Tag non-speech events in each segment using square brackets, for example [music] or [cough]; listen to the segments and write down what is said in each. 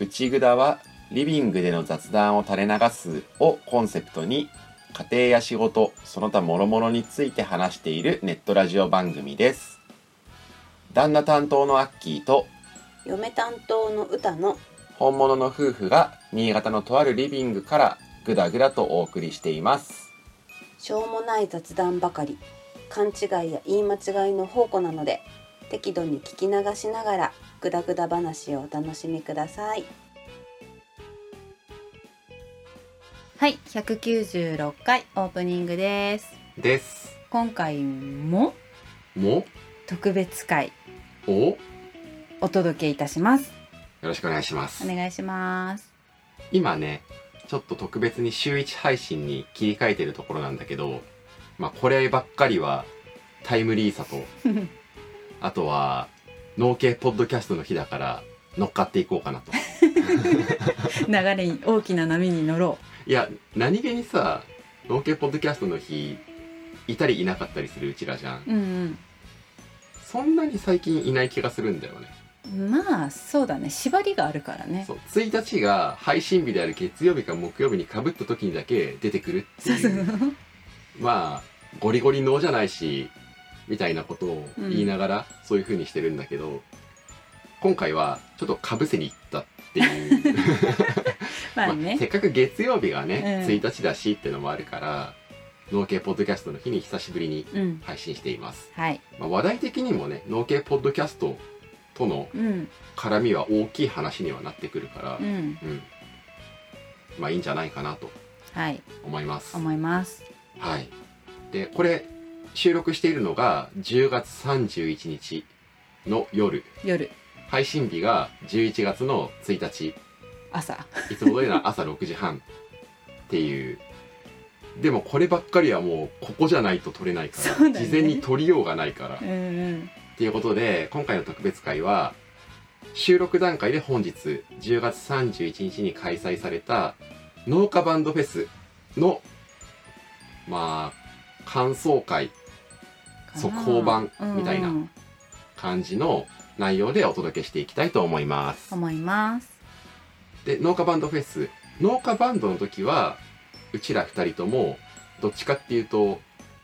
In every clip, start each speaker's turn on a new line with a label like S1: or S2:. S1: 内ぐだはリビングでの雑談を垂れ流すをコンセプトに家庭や仕事その他諸々について話しているネットラジオ番組です旦那担当のアッキーと
S2: 嫁担当の歌の
S1: 本物の夫婦が新潟のとあるリビングからぐだぐだとお送りしています
S2: しょうもない雑談ばかり勘違いや言い間違いの宝庫なので適度に聞き流しながらグダグダ話をお楽しみくださいはい196回オープニングです
S1: です
S2: 今回も
S1: も
S2: 特別会
S1: およ
S2: お届けいたします
S1: ろしくお願いします
S2: お願いします
S1: 今ねちょっと特別に週1配信に切り替えてるところなんだけどまあこればっかりはタイムリ
S2: [laughs]
S1: ーさとあとは農系ポッドキャストの日だから乗っかっていこうかなと
S2: 流れに大きな波に乗ろ
S1: いや何気にさ農系ポッドキャストの日いたりいなかったりするうちらじゃん
S2: ううん
S1: そんなに最近いない気がするんだよね
S2: うんまあそうだね縛りがあるからね
S1: そう1日が配信日である月曜日か木曜日にかぶった時にだけ出てくるって
S2: そうそ
S1: いうう
S2: そう
S1: まあゴリゴリ能じゃないしみたいなことを言いながら、そういう風にしてるんだけど今回はちょっとかぶせに行ったっていう、
S2: [laughs] まあ
S1: [laughs] まあ
S2: ね
S1: せっかく月曜日がね、
S2: うん
S1: 1日だしってのもあるから農系ポッドキャストの日に久しぶりに
S2: うん
S1: 配信しています、
S2: はい
S1: まあ、話題的にもね農系ポッドキャストとの
S2: うん
S1: 絡みは大きい話にはなってくるから
S2: う、ん
S1: うんまあいいんじゃないかなと
S2: はい
S1: 思います
S2: 思います
S1: はい。で、これ、収録しているのが10月31日の夜。
S2: 夜
S1: 配信日が11月の1日。
S2: 朝
S1: いつも通
S2: [laughs]
S1: りの朝6時半っていう。でもこればっかりはもうここじゃないと撮れないか
S2: そ
S1: ら、
S2: うだね
S1: 事前に撮りようがないから。
S2: うんうん
S1: ということで今回の特別会は収録段階で本日10月31日に開催された農家バンドフェスのまあ感想会そう交番みたいな
S2: うんうん
S1: 感じの内容でお届けしていきたいと思います。
S2: 思います
S1: で農家バンドフェス農家バンドの時はうちら2人ともどっちかっていうと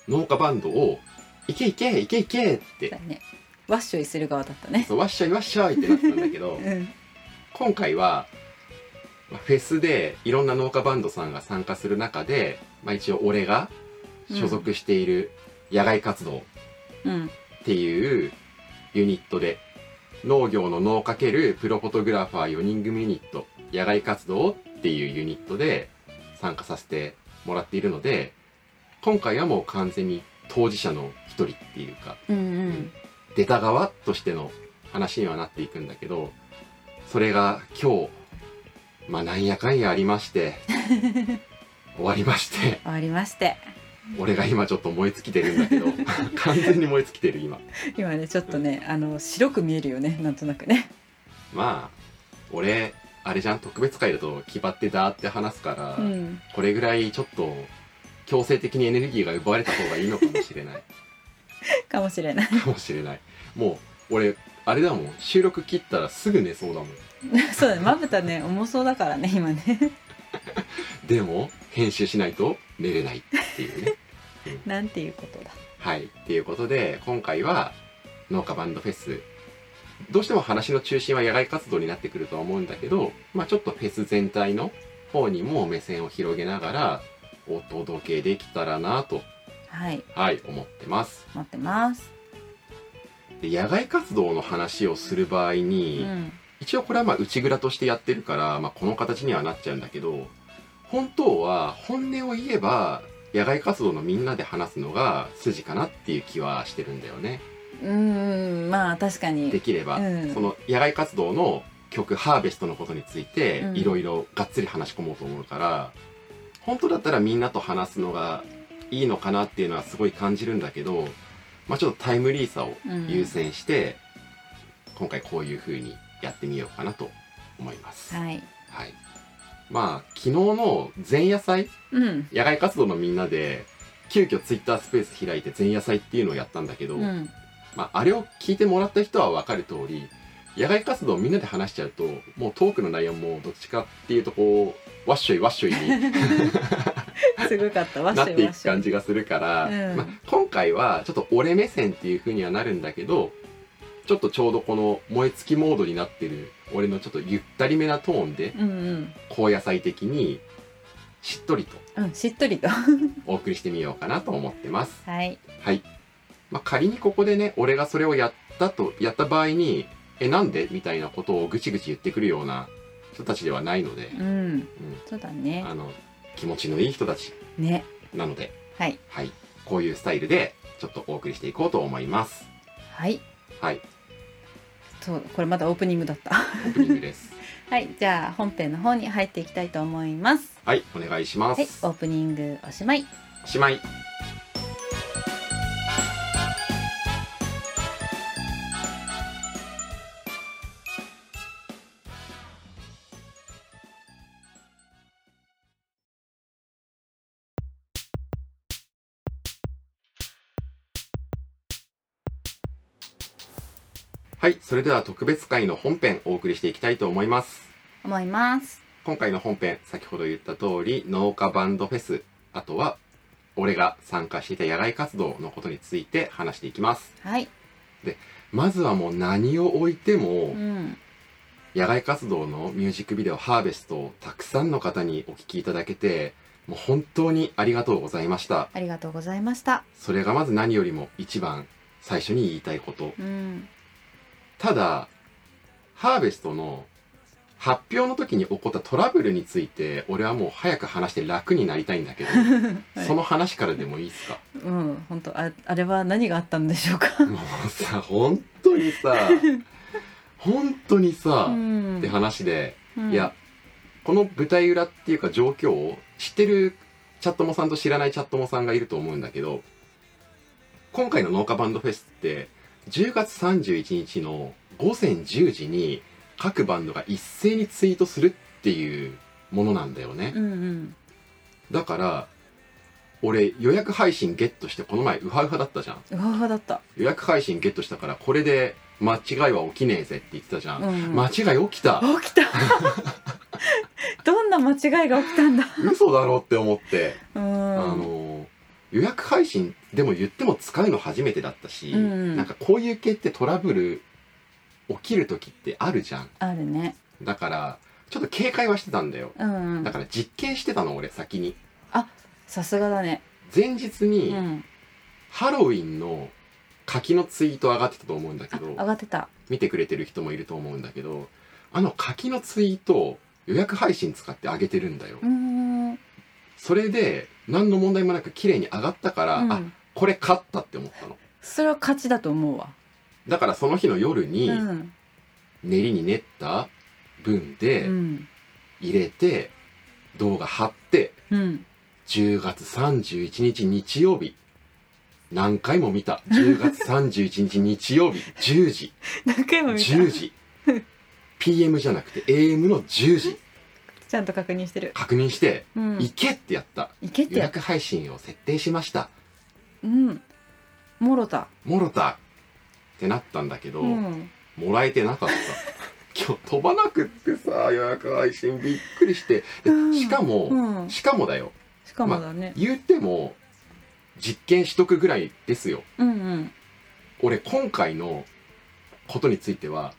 S1: 農家バンドを「いけいけいけいけ!」って
S2: だねワッショイする側だったね
S1: そうわっしゃいわっしゃいってなってたんだけど
S2: う。ん
S1: 今回はまあフェスでいろんな農家バンドさんが参加する中で、まあ、一応俺が所属している野外活動
S2: うん
S1: っていうユニットで農業の農かけるプロフォトグラファー4人組ユニット野外活動っていうユニットで参加させてもらっているので今回はもう完全に当事者の一人っていうか
S2: うん
S1: 出た側としての話にはなっていくんだけどそれが今日まあなんやかんやありまして終わりまして
S2: 終わりまして
S1: 俺が今ちょっと燃え尽きてるんだけど [laughs] 完全に燃え尽きてる今
S2: 今ねちょっとねあの白く見えるよねなんとなくね
S1: まあ俺あれじゃん特別会だと気張ってだーって話すから、
S2: うん
S1: これぐらいちょっと強制的にエネルギーが奪われた方がいいのかもし
S2: [laughs]
S1: れない
S2: かもしれない
S1: かもしれないもう俺あれだもん収録切ったらすぐ寝そうだもん
S2: そうだねまぶたね重そうだからね今ね
S1: でも編集しないと寝れないっていうね
S2: なんていうことだ
S1: はいっていうことで今回は農家バンドフェスどうしても話の中心は野外活動になってくるとは思うんだけど、まあ、ちょっとフェス全体の方にも目線を広げながらお届けできたらなと
S2: はい
S1: はい思ってます
S2: 待ってます
S1: で野外活動の話をする場合
S2: う
S1: に、
S2: ん
S1: 一応これはまあ内蔵としてやってるから、まあ、この形にはなっちゃうんだけど本当は本音を言えば野外活動のみんなで話すのが筋かなっていう気はしてるんだよね。
S2: うーんまあ確か
S1: で
S2: に
S1: きれば、
S2: うん
S1: その野外活動の曲「ハーベスト」のことについて
S2: うん
S1: いろいろがっつり話し込もうと思うから、本当だったらみんなと話すのがいいのかなっていうのはすごい感じるんだけど、まあ、ちょっとタイムリーさを優先して、今回こういう風にやってみようかなと思います。
S2: はい
S1: はいまあ昨日の前夜祭
S2: うん
S1: 野外活動のみんなで急遽ツイッタースペース開いて前夜祭っていうのをやったんだけど、
S2: うん
S1: まあ、あれを聞いてもらった人は分かる通り野外活動をみんなで話しちゃうともうトークの内容もどっちかっていうとこうわっしょい [laughs] わっしょいに
S2: すごかったわっし
S1: な
S2: ょ
S1: っ
S2: い
S1: てい
S2: わっ
S1: く
S2: しょい
S1: 感じがするから、
S2: うん
S1: まあ、今回はちょっと俺目線っていう風にはなるんだけどちょっとちょうどこの燃え尽きモードになってる俺のちょっとゆったりめなトーンで
S2: うんうん
S1: 高野菜的にしっとりと
S2: うんしっとりと
S1: お送りしてみようかなと思ってます。
S2: はい
S1: はい。まあ、仮にここでね、俺がそれをやったと、やった場合に、え、なんでみたいなことをぐちぐち言ってくるような人たちではないので、
S2: うん
S1: う
S2: そうだ
S1: ん
S2: ね
S1: あの、気持ちのいい人たち
S2: ね
S1: なので、
S2: はい
S1: はい。こういうスタイルで、ちょっとお送りしていこうと思います。
S2: はい
S1: はい。
S2: そうこれまだオープニングだった
S1: オープニン
S2: [laughs]
S1: グです。
S2: はいじゃあ本編の方に入っていきたいと思います
S1: はい、お願いしま
S2: はい
S1: す。
S2: オープニングおしまい
S1: おしまい。はい、それでは特別会の本編お送りしていきたいと思います。
S2: 思います
S1: 今回の本編先ほど言った通り農家バンドフェスあとは俺が参加していた野外活動のことについて話していきます
S2: はい
S1: まずはもう何を置いても
S2: うん
S1: 野外活動のミュージックビデオ「ハーベスト」をたくさんの方にお聴きいただけてもう本当にありがとうございました
S2: ありがとうございました
S1: それがまず何よりも一番最初に言いたいこと
S2: うん
S1: ただハーベストの発表の時に起こったトラブルについて俺はもう早く話して楽になりたいんだけど
S2: はい
S1: その話からでもいいですか
S2: うん本当ああれは何があったんでしょうか
S1: もうさ本当に
S2: [laughs]
S1: さ本当にさ、
S2: うん
S1: って話で、
S2: うん
S1: いやこの舞台裏っていうか状況を知ってるチャットモさんと知らないチャットモさんがいると思うんだけど今回の農家バンドフェスって10月31日の午前10時に各バンドが一斉にツイートするっていうものなんだよね。
S2: うんうん
S1: だから俺予約配信ゲットしてこの前ウハウハだったじゃん
S2: うわうわだった
S1: 予約配信ゲットしたからこれで間違いは起きねえぜって言ってたじゃん、
S2: うん
S1: 間違い起きた
S2: 起きた [laughs] どんな間違いが起きたんだ
S1: 嘘だろって思って、
S2: うん
S1: あの予約配信でも言っても使うの初めてだったし、
S2: うん
S1: なんかこういう系ってトラブル起きる時ってあるじゃん
S2: あるね
S1: だからちょっと警戒はしてたんだよ
S2: うんうん
S1: だから実験してたの俺先に
S2: さすがだね
S1: 前日
S2: う
S1: に、
S2: ん
S1: ハロウィンの柿のツイート上がってたと思うんだけ
S2: あ
S1: ど
S2: 上がってた
S1: 見てくれてる人もいると思うんだけどあの柿のツイートを予約配信使って上げてるんだよ、
S2: うんうん
S1: それで何の問題もなく綺麗に上がったから、あこれ勝ったって思ったの
S2: それは勝ちだと思うわ
S1: だからその日の夜
S2: う
S1: に
S2: ん
S1: 練りに練った分
S2: う
S1: で
S2: ん
S1: 入れて動画貼って
S2: うん
S1: 10月31日日曜日何回も見
S2: [laughs]
S1: た10月31日日曜日10時
S2: 何回 [laughs] も見た
S1: 10時
S2: [laughs]
S1: PM じゃなくて AM の10時
S2: ちゃんと確認してる
S1: 確認して
S2: う
S1: 「
S2: ん
S1: 行け!」ってやった
S2: いけって
S1: 予
S2: や
S1: 約配信を設定しました
S2: うんもろた
S1: もろたってなったんだけど、
S2: うん
S1: もらえてなかった [laughs] 今日飛ばなくってさ予約配信びっくりしてで
S2: うん
S1: しかも、
S2: うん
S1: しかもだよ
S2: しかもだね
S1: 言っても実験しとくぐらいですよ
S2: うんうん
S1: 俺今回のことについては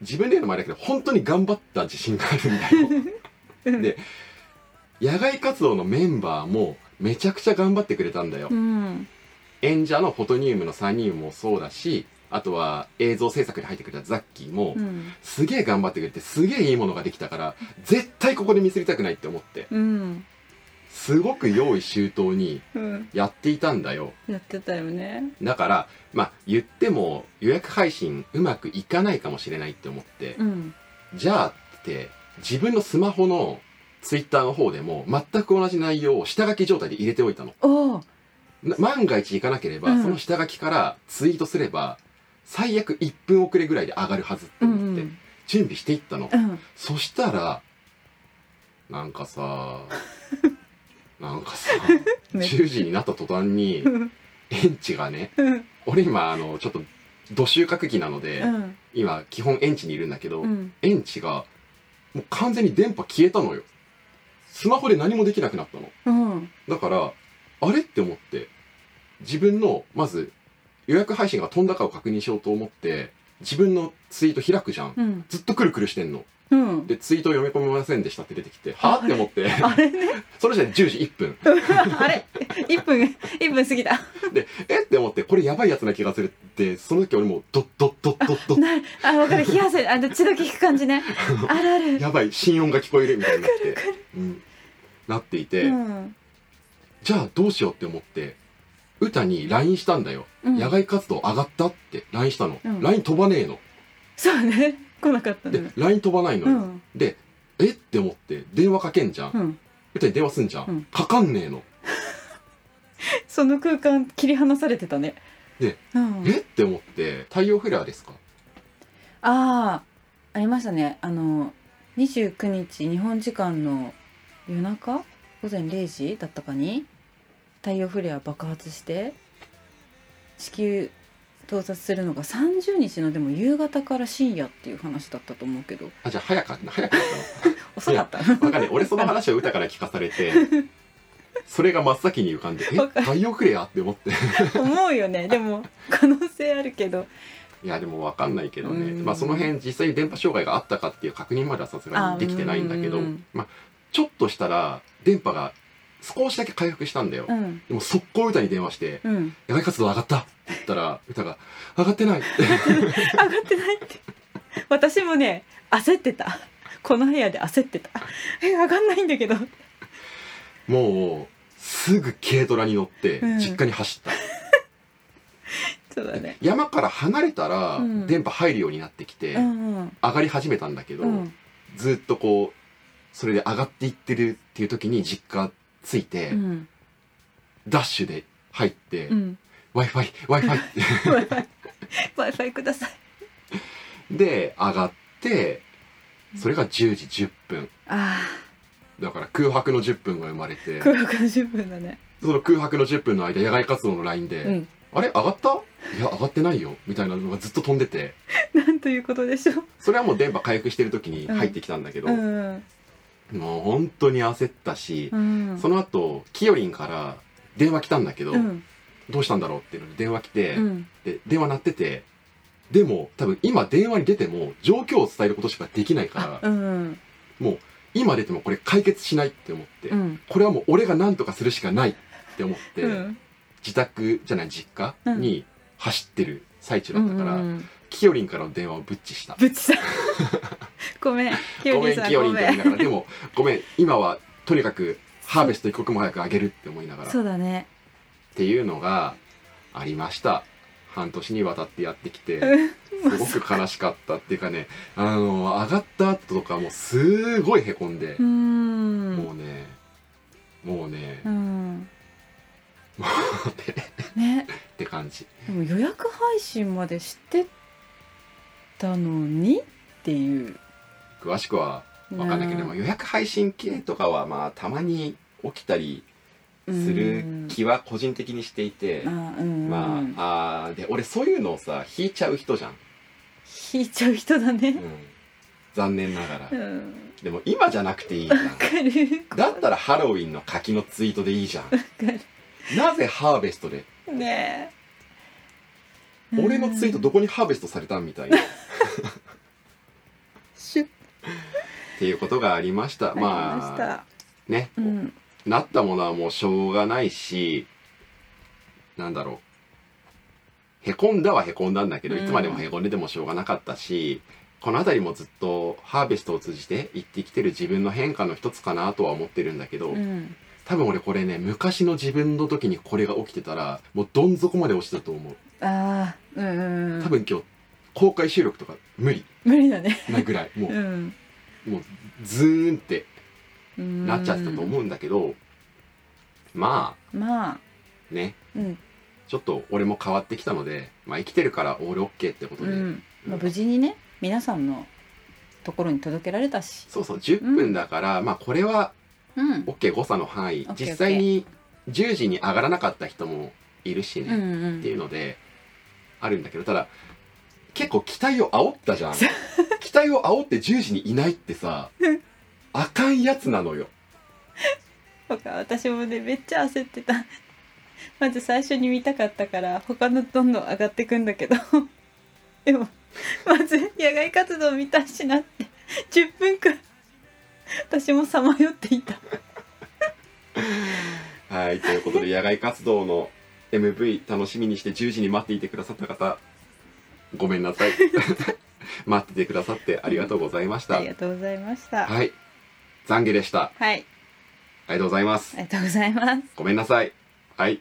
S1: 自分で言うのもあれだけど本当に頑張った自信があるんだよ
S2: [laughs] うん
S1: で野外活動のメンバーもめちゃくちゃ頑張ってくれたんだよ、
S2: うん
S1: 演者のフォトニウムの3人もそうだしあとは映像制作に入ってくれたザッキーも、
S2: うん
S1: すげえ頑張ってくれてすげえいいものができたから絶対ここでミスりたくないって思って
S2: うん
S1: すごく用意周到に
S2: うん、
S1: やっていたんだよ
S2: やってたよね
S1: だからまあ言っても予約配信うまくいかないかもしれないって思って、
S2: うん
S1: じゃあって自分のスマホのツイッターの方でも全く同じ内容を下書き状態で入れておいたの
S2: おお
S1: な万が一行かなければ、
S2: うん
S1: その下書きからツイートすれば最悪1分遅れぐらいで上がるはずって
S2: う
S1: 思っ
S2: ん
S1: て準備していったの、
S2: うん
S1: そしたらなんかさなんかさ
S2: [laughs] ね
S1: 10時になった途端に
S2: うん
S1: 園地がね
S2: うん
S1: 俺今あのちょっと土収穫期なので、
S2: うん
S1: 今基本園地にいるんだけど、
S2: うん
S1: 園地がもう完全に電波消えたのよスマホで何もできなくなったの
S2: うん
S1: だからあれって思って自分のまず予約配信が飛んだかを確認しようと思って自分のツイート開くじゃん
S2: うん
S1: ずっとくるくるしてんの
S2: うん
S1: でツイート読み込めませんでしたって出てきてはあって思って [laughs]
S2: あれね
S1: それじゃ10時1分
S2: あれ一分一分過ぎた
S1: えって思ってこれやばいやつな気がするってその時俺もうドッドッドッドッドッ
S2: なるあわかる冷や汗あの血の聞く感じねあるある
S1: やばい心音が聞こえるみたいになって、うん、なっていて、
S2: うん
S1: じゃあどうしようって思って歌に LINE したんだよ、
S2: うん
S1: 野外活動上がったって LINE したの、
S2: うん
S1: LINE 飛ばねえの
S2: そうね来なかった
S1: で
S2: ね
S1: LINE 飛ばないの
S2: う
S1: よ、
S2: ん
S1: でえって思って電話かけんじゃん、
S2: うん
S1: 歌に電話すんじゃん、
S2: うん
S1: かかんねえの
S2: その空間切り離されてたね
S1: ね
S2: うん
S1: えって思って太陽フレアですか
S2: ああありましたねあの29日日本時間の夜中午前0時だったかに太陽フレア爆発して地球到達するのが30日のでも夕方から深夜っていう話だったと思うけど
S1: あじゃあ早かった早かっ
S2: 遅かった
S1: たのわかんない俺その話を歌から聞かされ
S2: [laughs]
S1: てそれが真っ先に浮かんで「え
S2: わかる
S1: 太陽フレア?」って思って
S2: 思うよ [laughs] ねでも可能性あるけど
S1: いやでもわかんないけどね、
S2: うん
S1: まあその辺実際に電波障害があったかっていう確認まではさすがにできてないんだけど
S2: あうん
S1: まあちょっとしたら電波が少しだけ回復したんだよ、
S2: うん
S1: でも速攻歌に電話して
S2: うん
S1: 「野外活動上がった!」って言ったら歌が「上がってない」って [laughs]
S2: 上がってないって私もね焦ってたこの部屋で焦ってたえ上がんないんだけど
S1: もうすぐ軽トラに乗って
S2: うん
S1: 実家に走った、
S2: そうだね
S1: 山から離れたら
S2: うん
S1: 電波入るようになってきて、
S2: うんうん
S1: 上がり始めたんだけど、
S2: うん
S1: ずっとこうそれで上がっていってるっていう時に実家着いて、
S2: うん
S1: ダッシュで入って、
S2: うん [laughs]
S1: w i f i w i f i って
S2: Wi-Fi ください
S1: [laughs] で上がってそれが10時10分
S2: あ
S1: だから空白の10分が生まれて
S2: あ空白の10分だね
S1: その空白の10分の間野外活動の LINE で「
S2: うん
S1: あれ上がったいや上がってないよ」みたいなのがずっと飛んでて
S2: [laughs] なんということでしょう
S1: それはもう電波回復してる時に入ってきたんだけど、
S2: うん
S1: もう本当に焦ったし
S2: う、ん
S1: その後キヨリンから電話来たんだけど、
S2: うん
S1: どうしたんだろうっていうので電話来て、
S2: うん
S1: で電話鳴っててでも多分今電話に出ても状況を伝えることしかできないから、
S2: あうん
S1: 今出てもこれ解決しないって思って、
S2: うん
S1: これはもう俺が何とかするしかないって思って、
S2: うん
S1: 自宅じゃない実家
S2: うん
S1: に走ってる最中
S2: う
S1: だっ
S2: ん
S1: たから、
S2: うん
S1: キヨリンからの電話をぶっちした
S2: ぶっち [laughs] さんごめんき
S1: ご
S2: よ
S1: め
S2: り
S1: ん
S2: さ
S1: キ
S2: ん
S1: ヨ
S2: ご
S1: リンって
S2: め
S1: 言い
S2: ん
S1: ながらでもごめん今はとにかくハーベスト一刻も早くあげるって思いながらっ
S2: そうだね
S1: ていうのがありました半年にわたってやってき
S2: [laughs]
S1: て
S2: うん
S1: すごく悲しかったっていうかねあの上がった後とかもうすごいへこんで
S2: う、ん
S1: もうねもうね、
S2: うん
S1: もうね
S2: ね
S1: って感じ
S2: でも予約配信までしてたのにっていう
S1: 詳しくは分かんないけど、でも
S2: ね
S1: 予約配信系とかはまあたまに起きたりす
S2: うん
S1: る気は個人的にしていて、
S2: あうん
S1: まああーで俺そういうのをさ引いちゃう人じゃん、
S2: 引いちゃう人だ
S1: う
S2: ね
S1: ん残念ながら、
S2: うん
S1: でも今じゃなくていいじゃん
S2: わかる
S1: だったらハロウィンの柿のツイートでいいじゃん
S2: かる
S1: なぜハーベストで
S2: ねえ
S1: 俺のツイートどこにハーベストされたみたいな
S2: シュッ
S1: っていうことがありまし
S2: ま
S1: た
S2: りま
S1: ま
S2: した、
S1: あね、
S2: うん
S1: なったものはもうしょうがないし、なんだろう。へこんだはへこんだんだけど、
S2: うん
S1: いつまでもへこんでてもしょうがなかったし、この辺りもずっとハーベストを通じて生きてきてる自分の変化の一つかなとは思ってるんだけど、
S2: うん
S1: 多分俺これね昔の自分の時にこれが起きてたらもうどん底まで落ちたと思う
S2: ああうんうんうん
S1: 多分今日公開収録とか無理
S2: 無理だね
S1: なぐらいもう
S2: うん
S1: ズーンって
S2: うん
S1: なっちゃってたと思うんだけどま
S2: まあ
S1: あね
S2: うん
S1: ちょっと俺も変わってきたので、まあ、生きてるからオールオッケーってこと
S2: う
S1: で、
S2: んまあ、無事にね皆さんのところに届けられたし
S1: そうそう10分だから、まあこれは
S2: うん、
S1: OK 誤差の範囲
S2: OK
S1: 実際に10時に上がらなかった人もいるし
S2: うん
S1: ね、
S2: うん
S1: っていうのであるんだけどただ結構期待を煽った
S2: [laughs]
S1: じゃん期待を煽って10時にいないってさあかんやつなのよ
S2: そうか私もねめっちゃ焦ってた [laughs] まず最初に見たかったから他のどんどん上がってくんだけど [laughs] でもまず野外活動見たしなって10分くらい私もさまよっていた
S1: はいというこ
S2: [laughs]
S1: とで野外活動の MV 楽しみにして10時に待っていてくださった方ごめんな
S2: [laughs]
S1: さい待っててくださってありがとうございました
S2: ありがとうございましたはい、
S1: はい懺悔でしたありがとうございます
S2: ありがとうございます
S1: ごめんなさい。はい。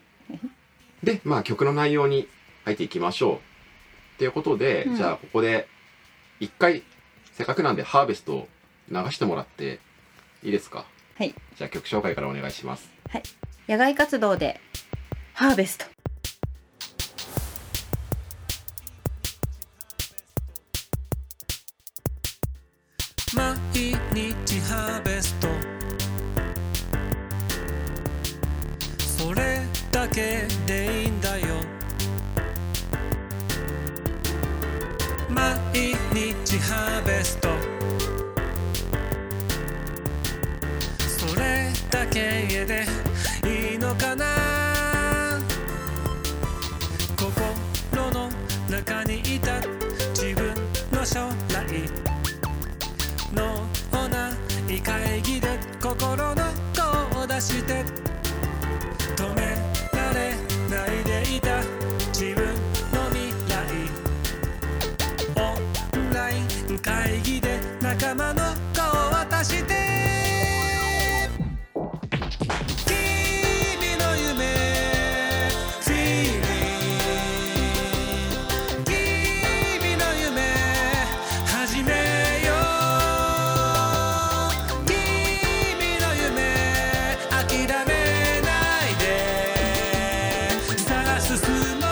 S1: で、まあ曲の内容に入っていきましょう。っていうことで、
S2: うん
S1: じゃあここで、一回、せっかくなんでハーベストを流してもらっていいですか
S2: はい。
S1: じゃあ曲紹介からお願いします。
S2: 野外活動でハーベスト
S3: 毎日ハーベストそれだけでいいんだよ毎日ハーベストそれだけでいいのかな心の中にいた自分の将来のおない会議で心の声を出して止められないでいた自分の未来オンライン会議で仲間の声を渡して君の夢 Feeling 君の夢始めよう君の夢諦めないでさあ進も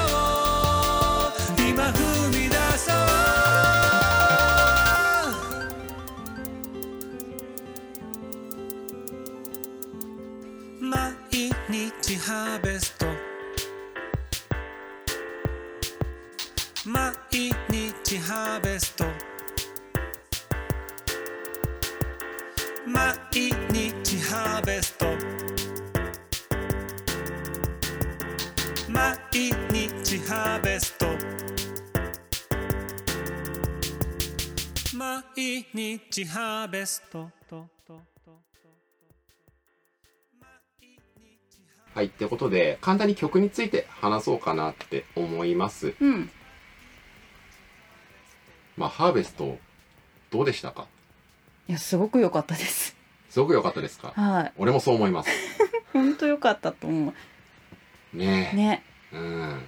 S3: う今踏み出そう毎日ハーベスト毎日ハーベスト毎日ハーベスト毎日ハーベスト毎日ハーベスト
S1: はい。ってことで、簡単に曲について話そうかなって思います。
S2: うん
S1: まあ、ハーベスト、どうでしたか
S2: いやすごく良かったです
S1: すごく良かったですか
S2: はい
S1: 俺もそう思います。
S2: 本当良かったと思
S1: ね
S2: う
S1: え。
S2: ね
S1: うん。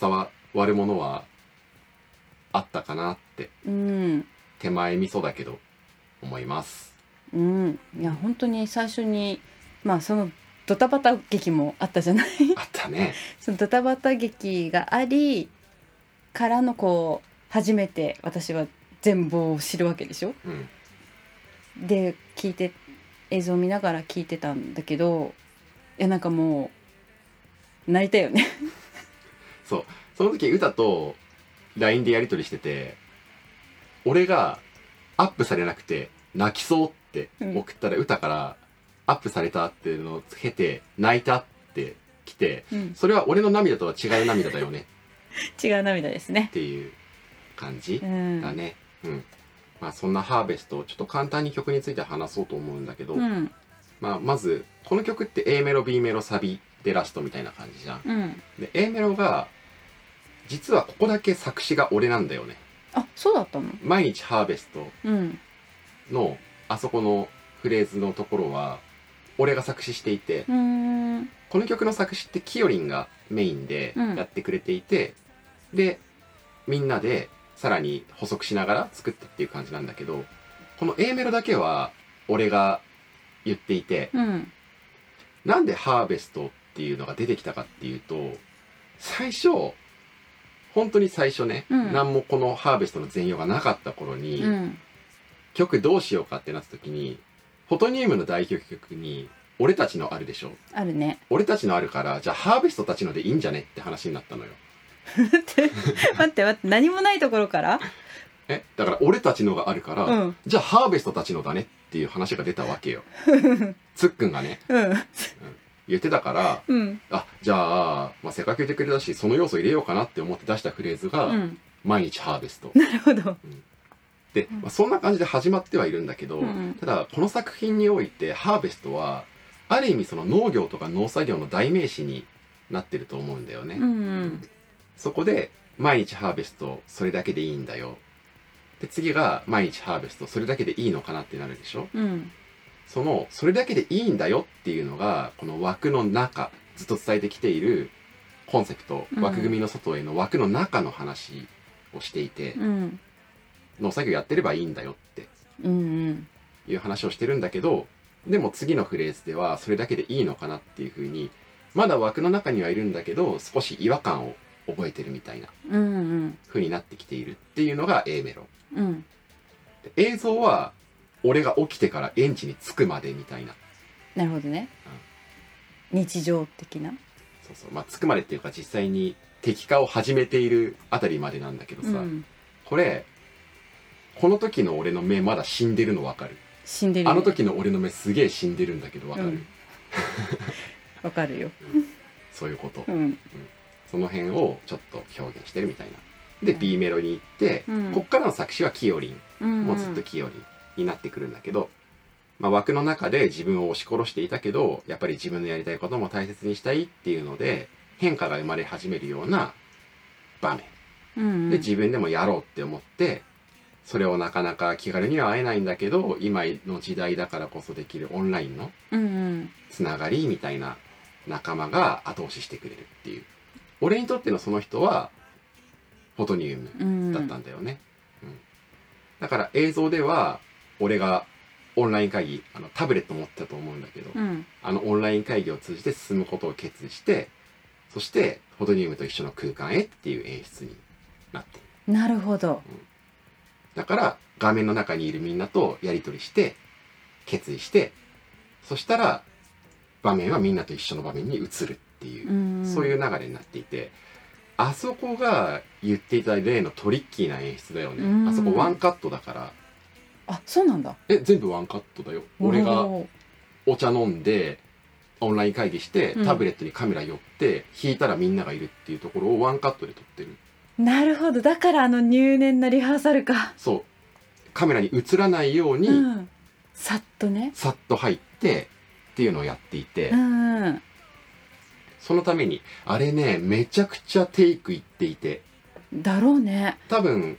S1: 伝わるものはあったかなって。
S2: うん
S1: 手前味噌だけど思います
S2: うん、いや本当に最初にまあそのドタバタ劇もあったじゃない [laughs]
S1: あったね
S2: そのドタバタ劇がありからのこう初めて私は全貌を知るわけでしょ
S1: うん
S2: で聞いて映像を見ながら聞いてたんだけどいやなんかもう泣いたよね
S1: その時歌と LINE でやり取りしてて俺がアップされなくて泣きそうって送ったら歌からアップされたっていうのをつけて泣いたって来て
S2: うん
S1: それは俺の涙とは違う涙だよね
S2: 違う涙ですね
S1: っていう感じ
S2: うん
S1: だねうんまあそんなハーベストをちょっと簡単に曲について話そうと思うんだけど、
S2: うん
S1: まあまずこの曲って A メロ B メロサビでラストみたいな感じじゃん
S2: うん
S1: で A メロが実はここだけ作詞が俺なんだよね
S2: あそうだったの
S1: 毎日ハーベスト
S2: うん
S1: のあそこのフレーズのところは俺が作詞していて
S2: うーん
S1: この曲の作詞ってきよりんがメインで
S2: うん
S1: やってくれていて、でみんなでさらに補足しながら作ったっていう感じなんだけどこの A メロだけは俺が言っていて
S2: うん
S1: なんで「ハーベスト」っていうのが出てきたかっていうと最初本当に最初ね、
S2: うん
S1: 何もこの「ハーベスト」の全容がなかった頃に、
S2: うん
S1: 曲どうしようかってなった時にフォトニウムの代表曲に「俺たちのあるでしょ」
S2: あるね [laughs]
S1: 俺たちのあるからじゃあハーベストたちのでいいんじゃねって話になったのよ
S2: 待って待って待って何もないところから
S1: えだから俺たちのがあるから、
S2: うん
S1: じゃあハーベストたちのだねっていう話が出たわ
S2: [laughs]
S1: けよつっくんがね
S2: うん
S1: 言ってたから
S2: うん
S1: あじゃあ、まあ、せっかく言ってくれたしその要素入れようかなって思って出したフレーズが「
S2: うん
S1: 毎日ハーベスト」
S2: なるほど
S1: で、まあ、そんな感じで始まってはいるんだけど、
S2: うん
S1: ただこの作品においてハーベストはある意味その農業とか農作業の代名詞になってると思うんだよね、
S2: うん
S1: そこで、毎日ハーベスト、それだけでいいんだよ。で、次が、毎日ハーベスト、それだけでいいのかなってなるでしょ
S2: うん
S1: その、それだけでいいんだよっていうのが、この枠の中、ずっと伝えてきているコンセプト、
S2: うん
S1: 枠組みの外への枠の中の話をしていて、
S2: うん
S1: 農作業やってればいいんだよって
S2: うん
S1: いう話をしてるんだけど、でも次のフレーズでは、それだけでいいのかなっていうふうに、まだ枠の中にはいるんだけど、少し違和感を覚えてるみたいな
S2: うんうん
S1: 風になってきているっていうのが A メロ。
S2: うん
S1: で映像は俺が起きてから園地に着くまでみたいな
S2: なるほどね日常的な
S1: そうそうまあ着くまでっていうか実際に敵化を始めているあたりまでなんだけどさ、
S2: うん
S1: これこの時の俺の目まだ死んでるの分かる、
S2: 死んでるね
S1: あの時の俺の目すげえ死んでるんだけど分かる、
S2: うんわかるよ
S1: そういうこと、
S2: うん
S1: その辺をちょっと表現してるみたいなで B メロに行って、
S2: うん
S1: こっからの作詞はキヨリン
S2: うん
S1: もうずっと器用にになってくるんだけど、まあ、枠の中で自分を押し殺していたけどやっぱり自分のやりたいことも大切にしたいっていうので変化が生まれ始めるような場面
S2: うん
S1: で自分でもやろうって思ってそれをなかなか気軽には会えないんだけど今の時代だからこそできるオンラインの
S2: うんうん
S1: つながりみたいな仲間が後押ししてくれるっていう俺にとってのその人はフォトニウム
S2: うん
S1: だったんだよね、うんだから映像では俺がオンライン会議あのタブレット持ってたと思うんだけど、
S2: うん
S1: あのオンライン会議を通じて進むことを決意してそしてフォトニウムと一緒の空間へっていう演出になってる
S2: なるほど
S1: だから画面の中にいるみんなとやり取りして決意してそしたら場面はみんなと一緒の場面に移るっていうう、
S2: ん
S1: そういう流れになっていてあそこが言っていた例のトリッキーな演出だよね、
S2: うん
S1: あそこワンカットだから
S2: あそうなんだ
S1: え全部ワンカットだよ俺が
S2: おー
S1: お茶飲んでオンライン会議して
S2: うん
S1: タブレットにカメラ寄って引いたらみんながいるっていうところをワンカットで撮ってる
S2: なるほどだからあの入念なリハーサルか
S1: そうカメラに映らないように、
S2: うんさっとね
S1: さっと入ってっていうのをやっていて、
S2: うんうん
S1: そのためにあれねめちゃくちゃテイクいっていて
S2: だろうね
S1: 多分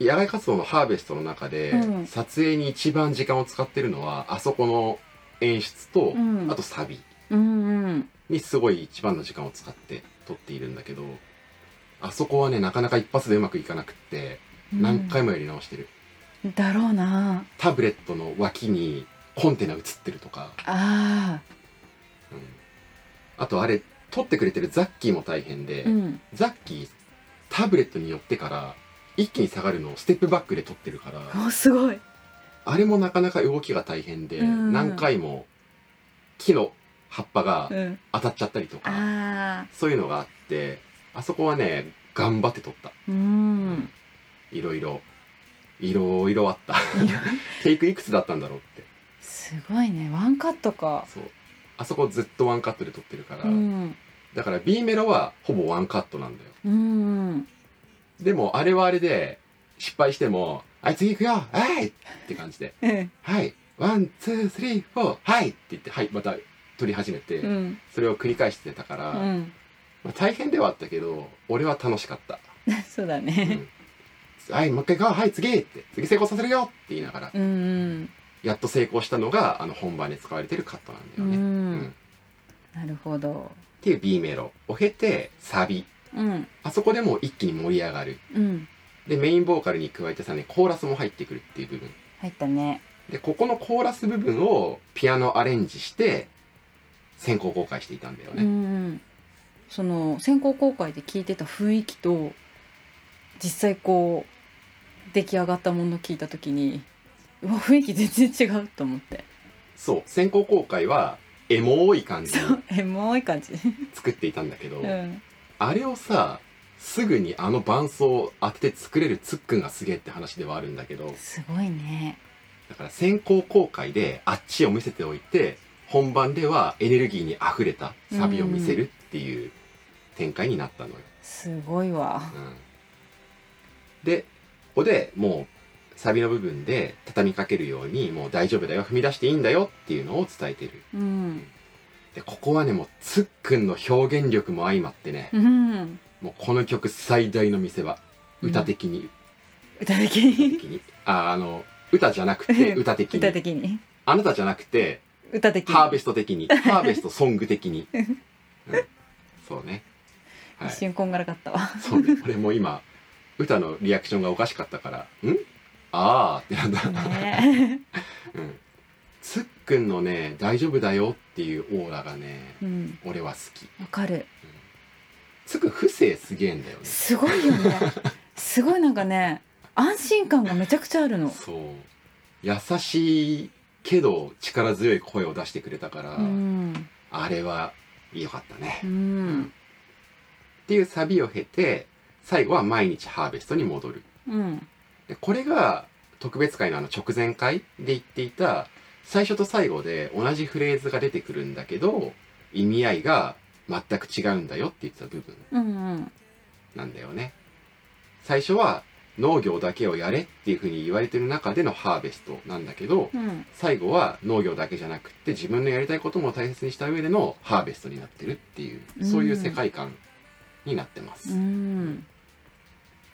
S1: 野外活動のハーベストの中で、
S2: うん
S1: 撮影に一番時間を使ってるのはあそこの演出と、
S2: うん
S1: あとサビ
S2: うんうん
S1: にすごい一番の時間を使って撮っているんだけどあそこはねなかなか一発でうまくいかなくって何回もやり直してる、
S2: うんだろうな
S1: タブレットの脇にコンテナ映ってるとか、
S2: あ
S1: うんあとあれ撮ってくれてるザッキーも大変で、
S2: ーうん
S1: ザッキータブレットに寄ってから一気に下がるのをステップバックで撮ってるから
S2: おすごい
S1: あれもなかなか動きが大変で、
S2: うん
S1: 何回も木の葉っぱが
S2: うん
S1: 当たっちゃったりとか、
S2: あ
S1: そういうのがあってあそこはね頑張って撮った
S2: ーうん
S1: いろいろいろいろあったテイクいくつだったんだろうって
S2: すごいねワンカットか
S1: そうあそこずっとワンカットで撮ってるから、
S2: うん
S1: だから B メロはほぼワンカットなんだよ
S2: うん
S1: でもあれはあれで失敗しても「はい次行くよはい!」って感じで
S2: うん
S1: 「はいワンツースリーフォーはい!」って言って「はい」また撮り始めて、
S2: うん
S1: それを繰り返してたから、
S2: うん
S1: まあ、大変ではあったけど俺は楽しかった
S2: そうだ
S1: う
S2: ね
S1: んはい、もう一回行こう、はい、次って、次成功させるよって言いながら
S2: うん
S1: やっと成功したのがあの本番で使われてるカットなんだよね。
S2: うん
S1: うんっ
S2: なるほど
S1: ていう B メロを経てサビ
S2: うん
S1: あそこでもう一気に盛り上がる
S2: うん
S1: でメインボーカルに加えてさねコーラスも入ってくるっていう部分
S2: 入ったね
S1: でここのコーラス部分をピアノアレンジして先行公開していたんだよ
S2: う
S1: ね、
S2: んうんその先行公開で聞いてた雰囲気と実際こう出来上がったもの聞いた時にうわ雰囲気全然違うと思って
S1: そう先行公開はエモい感じ
S2: そ
S1: に
S2: うエモい感じ
S1: 作っていたんだけど、
S2: うん
S1: あれをさすぐにあの伴奏を当てて作れるつっくんがすげえって話ではあるんだけど
S2: すごいね
S1: だから先行公開であっちを見せておいて本番ではエネルギーにあふれたサビを見せるっていう展開になったのよ。
S2: すごいわ
S1: うんでここでもうサビの部分で畳みかけるようにもう大丈夫だよ踏み出していいんだよっていうのを伝えてる
S2: うん
S1: でここはねもうつっくんの表現力も相まってね
S2: うん
S1: もうこの曲最大の見せ場
S2: うん
S1: 歌的に、
S2: 歌的に
S1: 的にああの歌じゃなくて歌的
S2: 歌
S1: に
S2: 的に
S1: あなたじゃなくて
S2: 歌的に
S1: ハーベスト的にハーベストソング的
S2: [laughs]
S1: に、うんそうねはい
S2: 一瞬こんがらかったわ
S1: そうね俺も今歌のリアクションがおかしかったから「んあー」ってなんだ、
S2: ね
S1: うん、つっくんのね「大丈夫だよ」っていうオーラがね
S2: [laughs] うん
S1: 俺は好き
S2: わかる
S1: つっくん不正すげえんだよね
S2: すごいよねすごいなんかね安心感がめちゃくちゃあるの
S1: そう優しいけど力強い声を出してくれたから、
S2: うん
S1: あれは良かったね、
S2: う
S1: うんっ
S2: ん
S1: ていうサビを経て最後は毎日ハーベストに戻る
S2: うん
S1: でこれが特別会のあの直前会で言っていた最初と最後で同じフレーズが出てくるんだけど意味合いが全く違うんだよって言ってた部分
S2: うん
S1: なんだよね最初は農業だけをやれっていうふうに言われてる中でのハーベストなんだけど
S2: うん
S1: 最後は農業だけじゃなくって自分のやりたいことも大切にした上でのハーベストになってるっていうそういう世界観になってます、
S2: うん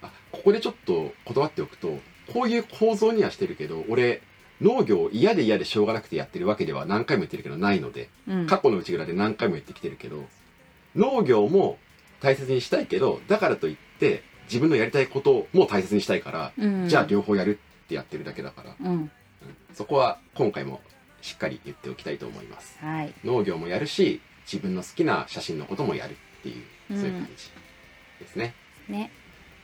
S1: あここでちょっと断っておくとこういう構造にはしてるけど俺農業嫌で嫌でしょうがなくてやってるわけでは何回も言ってるけどないので
S2: うん
S1: 過去の内蔵で何回も言ってきてるけど農業も大切にしたいけどだからといって自分のやりたいことも大切にしたいから、
S2: うん
S1: じゃあ両方やるってやってるだけだから、
S2: うん
S1: うんそこは今回もしっかり言っておきたいと思います
S2: はい
S1: 農業もやるし自分の好きな写真のこともやるっていう
S2: うん
S1: そういう感じですね、
S2: ね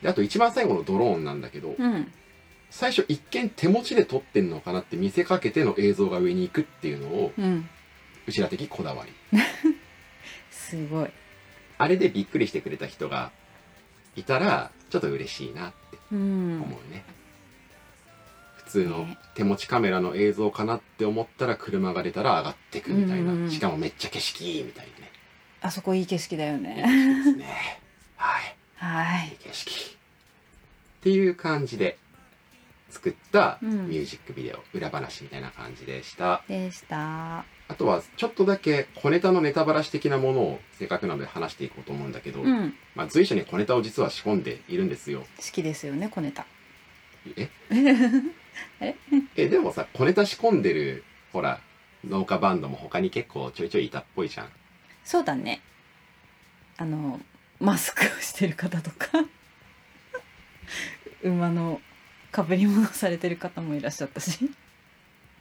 S1: であと一番最後のドローンなんだけど、
S2: うん
S1: 最初一見手持ちで撮ってんのかなって見せかけての映像が上に行くっていうのを
S2: うん
S1: うちら的こだわり
S2: すごい
S1: あれでびっくりしてくれた人がいたらちょっと嬉しいなって
S2: う
S1: 思
S2: ん
S1: うね、普通の
S2: ね
S1: 手持ちカメラの映像かなって思ったら車が出たら上がってくみたいな、
S2: うんうんうん
S1: しかもめっちゃ景色いいみたいなね
S2: あそこいい景色だよ
S1: いい
S2: ね
S1: 景色ですねはい
S2: はい
S1: い
S2: い
S1: 景色っていう感じで作った
S2: うん
S1: ミュージックビデオ、裏話みたいな感じでした
S2: でした
S1: あとはちょっとだけ小ネタのネタバラシ的なものをせっかくなので話していこうと思うんだけど、
S2: うん
S1: まあ、随所に小ネタを実は仕込んでいるんですよ。
S2: 好きですよね小ネタ
S1: え
S2: [laughs] え
S1: えでもさ小ネタ仕込んでるほら農家バンドも他に結構ちょいちょいいたっぽいじゃん。
S2: そうだねあのマスクをしてる方とか [laughs] 馬のかぶり物されてる方もいらっしゃったし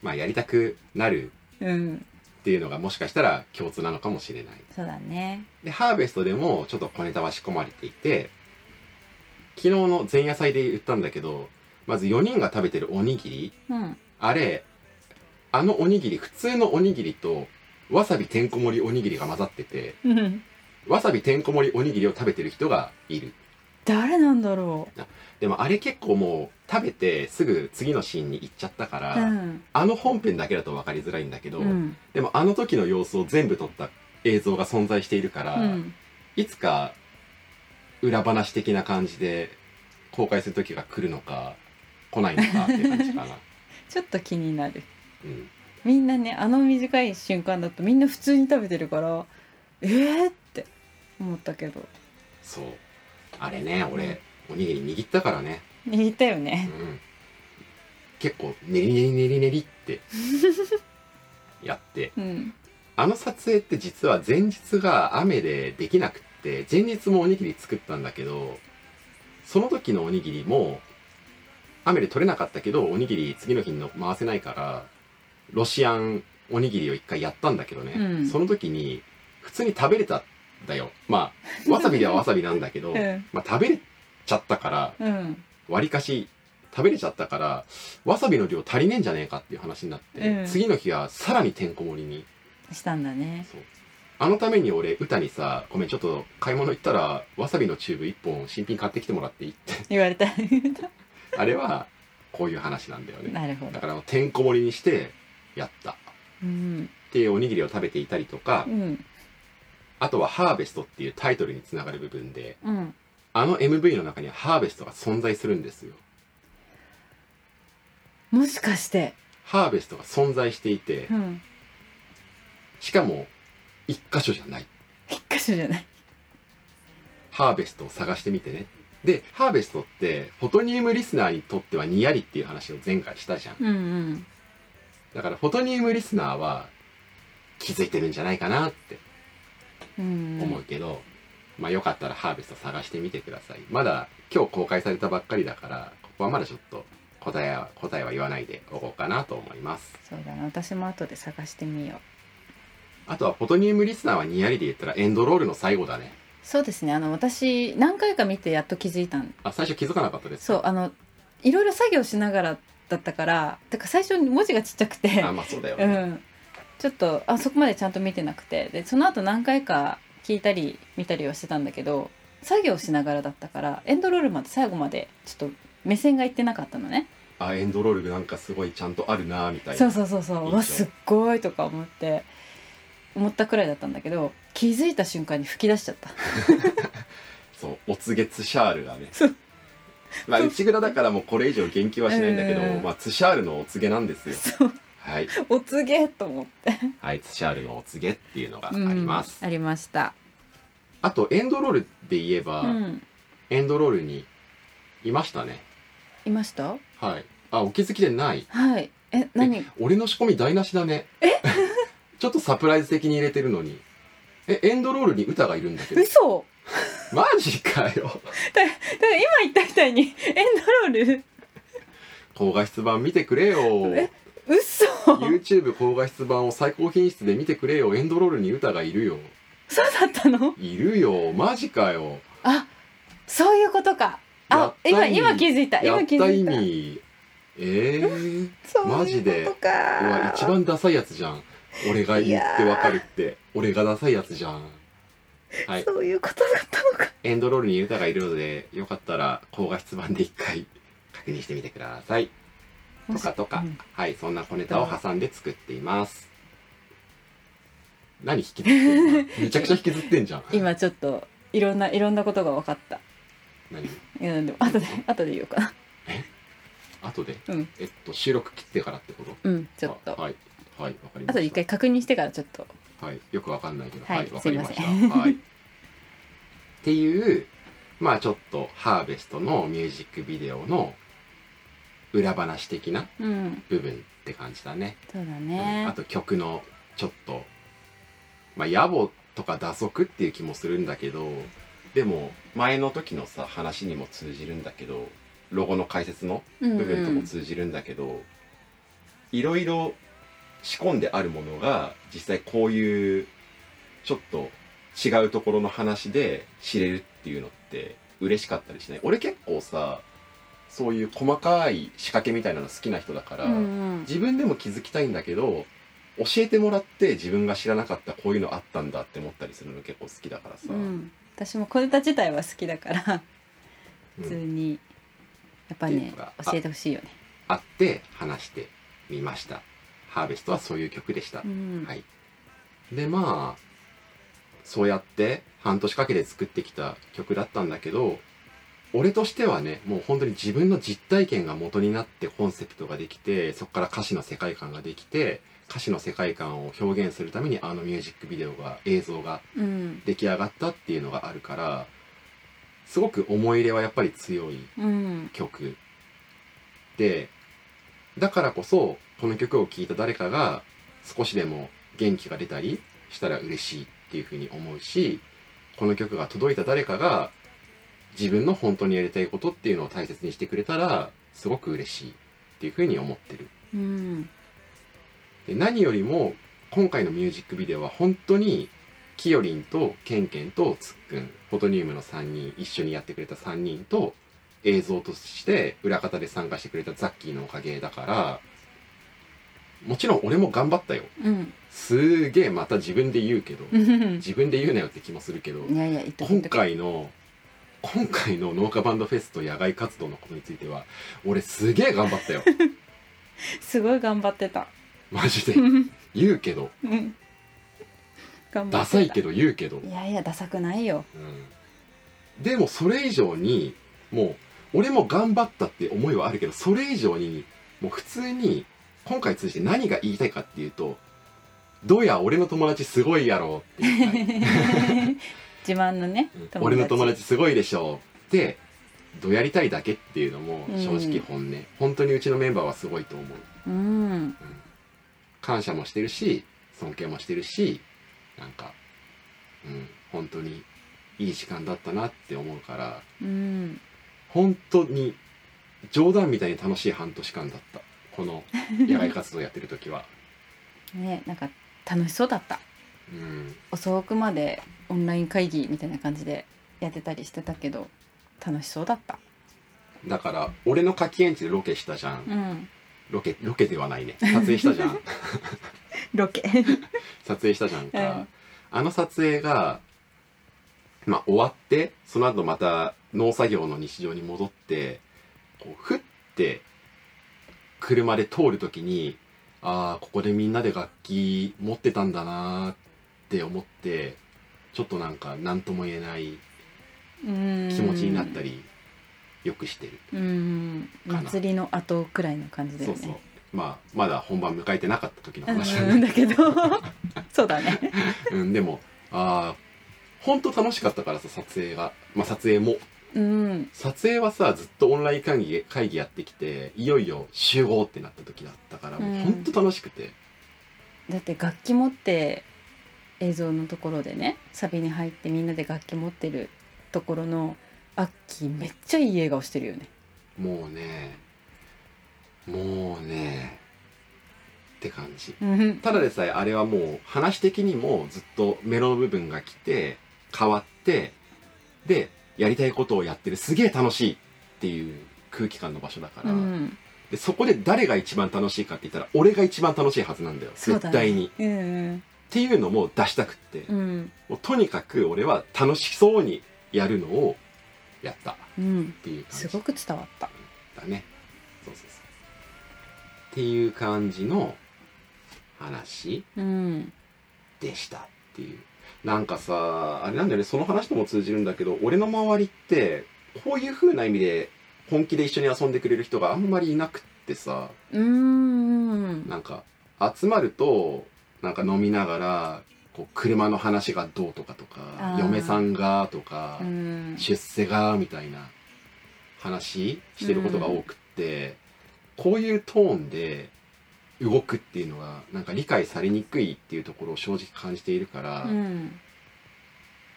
S1: まあやりたくなる
S2: うん
S1: っていうのがもしかしたら共通なのかもしれない。
S2: そうだね
S1: でハーベストでもちょっと小ネタは仕込まれていて昨日の前夜祭で言ったんだけどまず4人が食べてるおにぎり
S2: うん
S1: あれ、あのおにぎり、普通のおにぎりと、わさびてんこ盛りおにぎりが混ざってて、
S2: うん
S1: わさびてんこ盛りおにぎりを食べてる人がいる。
S2: 誰なんだろ
S1: でもあれ結構もう、食べてすぐ次のシーンに行っちゃったから、
S2: ううん
S1: あの本編だけだと分かりづらいんだけど、
S2: うん
S1: でもあの時の様子を全部撮った映像が存在しているから、
S2: うん
S1: いつか裏話的な感じで公開する時が来るのか、来ないのかって感じかな。 [laughs]
S2: ちょっと気になる
S1: うん。
S2: みんなねあの短い瞬間だとみんな普通に食べてるからえー、って思ったけど
S1: そう。あれね、俺、おにぎり握ったからね。
S2: 握ったよね
S1: うん結構「ねりねりねりねり」ってやって
S2: うん
S1: あの撮影って実は前日が雨でできなくって前日もおにぎり作ったんだけどその時のおにぎりも雨で取れなかったけどおにぎり次の日に回せないからロシアンおにぎりを一回やったんだけどね、
S2: うん
S1: その時に普通に食べれたんだよまあわさびではわさびなんだけ
S2: [laughs]
S1: ど、
S2: うん
S1: まあ、食べれちゃったから
S2: うん
S1: わりかし食べれちゃったからわさびの量足りねえんじゃねえかっていう話になって、
S2: うん
S1: 次の日はさらにてんこ盛りに
S2: したんだね
S1: そうあのために俺歌にさ「ごめんちょっと買い物行ったらわさびのチューブ1本新品買ってきてもらっていい?」って [laughs]
S2: 言わ [laughs] れた
S1: あれはこういう話なんだよね
S2: なるほ
S1: だ
S2: ど
S1: からてんこ盛りにしてやったっ
S2: うん
S1: ていうおにぎりを食べていたりとか
S2: うん
S1: あとは「ハーベスト」っていうタイトルにつながる部分で
S2: うん
S1: あの MV の中にはハーベストが存在するんですよ
S2: もしかして
S1: ハーベストが存在していて
S2: うん
S1: しかも一箇所じゃない
S2: 一箇所じゃない
S1: ハーベストを探してみてねでハーベストってフォトニウムリスナーにとってはニヤリっていう話を前回したじゃん
S2: うんうん
S1: だからフォトニウムリスナーは気づいてるんじゃないかなって
S2: うん
S1: 思うけど、まあよかったらハーベスト探してみてくださいまだ今日公開されたばっかりだからここはまだちょっと答えは答えは言わないでおこうかなと思います
S2: そうだな私も後で探してみよう
S1: あとはフォトニウムリスナーはニヤリで言ったらエンドロールの最後だね
S2: そうですねあの私何回か見てやっと気づいたん
S1: あ最初気づかなかったです
S2: そうあのいろいろ作業しながらだったからだから最初に文字がちっちゃくて
S1: あまあそうだよ
S2: う
S1: ね、
S2: ん、ちょっとあそこまでちゃんと見てなくてでその後何回か聞いたり見たりはしてたんだけど作業しながらだったからエンドロールまで最後までちょっと目線がいってなかったのね、
S1: あエンドロールなんかすごいちゃんとあるなみたいな
S2: そうそうそうそう
S1: いいうじゃん
S2: わすっごいとか思って思ったくらいだったんだけど気づいた瞬間に吹き出しちゃった
S1: そうおつげツシャールがね
S2: そう
S1: まあ内蔵だからもうこれ以上言及はしないんだけど、
S2: うん
S1: まあツシャールのお告げなんですよ
S2: そう
S1: はい
S2: [laughs] お告げと思って
S1: はいツシャールのお告げっていうのがあります、
S2: うんありました
S1: あとエンドロールで言えば、
S2: うん
S1: エンドロールにいましたね
S2: いました
S1: はいあお気づきでない
S2: はいえ何
S1: 俺の仕込み台無しだねえ [laughs] ちょっとサプライズ的に入れてるのにえエンドロールに歌がいるんだけど
S2: 嘘
S1: マジかよ
S2: だから今言ったみたいにエンドロール
S1: 高画質版見てくれよ
S2: え嘘
S1: YouTube 高画質版を最高品質で見てくれよエンドロールに歌がいるよ
S2: そうだったの
S1: いるよマジかよ
S2: あそういうことか
S1: や
S2: あ
S1: った
S2: 今
S1: 意味
S2: 今気づいた
S1: や
S2: 今
S1: っ
S2: 気
S1: た
S2: づ
S1: 意
S2: いた
S1: 味ええー、
S2: そう
S1: マジ
S2: い
S1: で
S2: うことか
S1: うわ一番ダサいやつじゃん俺が言ってわかるって俺がダサいやつじゃんはい
S2: そういうことだったのか
S1: エンドロールに歌がいるのでよかったら高画質版で一回確認してみてくださいとかとか、
S2: うん
S1: はいそんな小ネタを挟んで作っています何引きずってん
S2: [laughs]
S1: のめちゃくちゃ引きずってんじゃん
S2: 今ちょっといろんないろんなことが分かった
S1: 何
S2: いやでも後で後で言おうかな
S1: 後で、
S2: うん
S1: えっと収録切ってからってこと
S2: うんちょっと
S1: あはいはいわかりました
S2: 後で一回確認してからちょっと
S1: はいよくわかんないけど
S2: はい
S1: はいわ、かりまし
S2: す
S1: た
S2: いません
S1: はいっていうまあちょっとハーベストのミュージックビデオの裏話的な
S2: うん
S1: 部分って感じだね、
S2: そうだ
S1: うんあ
S2: ね
S1: と曲のちょっとまあ野暮とか打足っていう気もするんだけどでも前の時のさ話にも通じるんだけどロゴの解説の
S2: うん
S1: 部分とも
S2: う
S1: 通じるんだけど、いろいろ仕込んであるものが実際こういうちょっと違うところの話で知れるっていうのって嬉しかったりしない俺結構さそういう細かい仕掛けみたいなの好きな人だから、
S2: んうん
S1: 自分でも気づきたいんだけど教えてもらって自分が知らなかったこういうのあったんだって思ったりするの結構好きだからさ、
S2: うん私も小ネタ自体は好きだから
S1: うん
S2: 普通にやっぱ
S1: っていう
S2: ね
S1: のがあ
S2: 教えてほしいよね
S1: 会って話してみましたハーベストはそういう曲でした、
S2: うん
S1: はい、でまあそうやって半年かけて作ってきた曲だったんだけど俺としてはねもう本当に自分の実体験が元になってコンセプトができてそこから歌詞の世界観ができて歌詞の世界観を表現するためにあのミュージックビデオが映像が
S2: うん
S1: 出来上がったっていうのがあるからすごく思い入れはやっぱり強い
S2: うん
S1: 曲でだからこそこの曲を聴いた誰かが少しでも元気が出たりしたら嬉しいっていうふうに思うしこの曲が届いた誰かが自分の本当にやりたいことっていうのを大切にしてくれたらすごく嬉しいっていうふうに思ってる。
S2: うん
S1: で何よりも今回のミュージックビデオは本当にきよりんとけんけんとつっくんフォトニウムの3人一緒にやってくれた3人と映像として裏方で参加してくれたザッキーのおかげだからもちろん俺も頑張ったよ
S2: うん
S1: すーげえまた自分で言うけど
S2: うん
S1: 自分で言うなよって気もするけど
S2: いやいや言っとく言
S1: 今
S2: っとく
S1: 回の今回の農家バンドフェスと野外活動のことについては俺すげえ頑張ったよ
S2: すごい頑張ってた
S1: マジで
S2: うん
S1: 言うけど
S2: うん頑張ってた
S1: ダサいけど言うけど
S2: いやいやダサくないよ
S1: うんでもそれ以上にもう俺も頑張ったって思いはあるけどそれ以上にもう普通に今回通じて何が言いたいかっていうと「どうや俺の友達すごいやろ」って言いたい
S2: 自慢のね [laughs]
S1: うん俺の友達すごいでしょ」ってどやりたいだけっていうのも
S2: うん
S1: 正直本音、本当にうちのメンバーはすごいと思
S2: う
S1: う
S2: ん
S1: 感謝もしてるし尊敬もしてるしなんかうん本当にいい時間だったなって思うから
S2: うん
S1: 本当に冗談みたいに楽しい半年間だったこの野外活動やってる時は
S2: ねなんか楽しそうだった
S1: うん
S2: 遅くまでオンライン会議みたいな感じでやってたりしてたけど楽しそうだった
S1: だから俺の柿園地でロケしたじゃん
S2: うん
S1: ロケロケではないね撮影したじゃん
S2: ロケ
S1: 撮影したじゃんか、
S2: うん
S1: あの撮影がまあ終わってその後また農作業の日常に戻ってこうふって車で通る時にああここでみんなで楽器持ってたんだなーって思ってちょっとなんか何とも言えない
S2: うん
S1: 気持ちになったりよくしてる、
S2: うん
S1: かな
S2: 祭りの後くらいの感じだよ
S1: そう
S2: ね
S1: そうまあまだ本番迎えてなかった時の話
S2: うんだけどそうだね
S1: うん、でもああ本当楽しかったからさ撮影がまあ撮影も
S2: うん
S1: 撮影はさずっとオンライン会議会議やってきていよいよ集合ってなった時だったからもう
S2: うん
S1: 本当楽しくて、
S2: だって楽器持って映像のところでねサビに入ってみんなで楽器持ってるところのアッキーめっちゃいい笑顔してるよね
S1: もうねもうねって感じ
S2: うん
S1: ただでさえあれはもう話的にもずっとメロの部分が来て変わってでやりたいことをやってるすげえ楽しいっていう空気感の場所だから、
S2: うん
S1: でそこで誰が一番楽しいかって言ったら俺が一番楽しいはずなんだよ
S2: そうだ
S1: 絶
S2: ね
S1: 対にっ
S2: うん
S1: ていうのも出したくって、
S2: うん
S1: もうとにかく俺は楽しそうにやるのをやったっ
S2: うん
S1: ていう感
S2: す
S1: じ
S2: ごく伝わった
S1: だねそうそうそうっていう感じの話
S2: うん
S1: でしたっていうなんかさあれなんだよねその話とも通じるんだけど俺の周りってこういう風な意味で本気で一緒に遊んでくれる人があんまりいなくってさ
S2: うん
S1: なんか集まるとなんか飲みながらこう車の話がどうとかとか
S2: あー
S1: 嫁さんがとか、
S2: うん
S1: 出世がみたいな話してることが多くって、こういうトーンで動くっていうのがなんか理解されにくいっていうところを正直感じているから、
S2: うん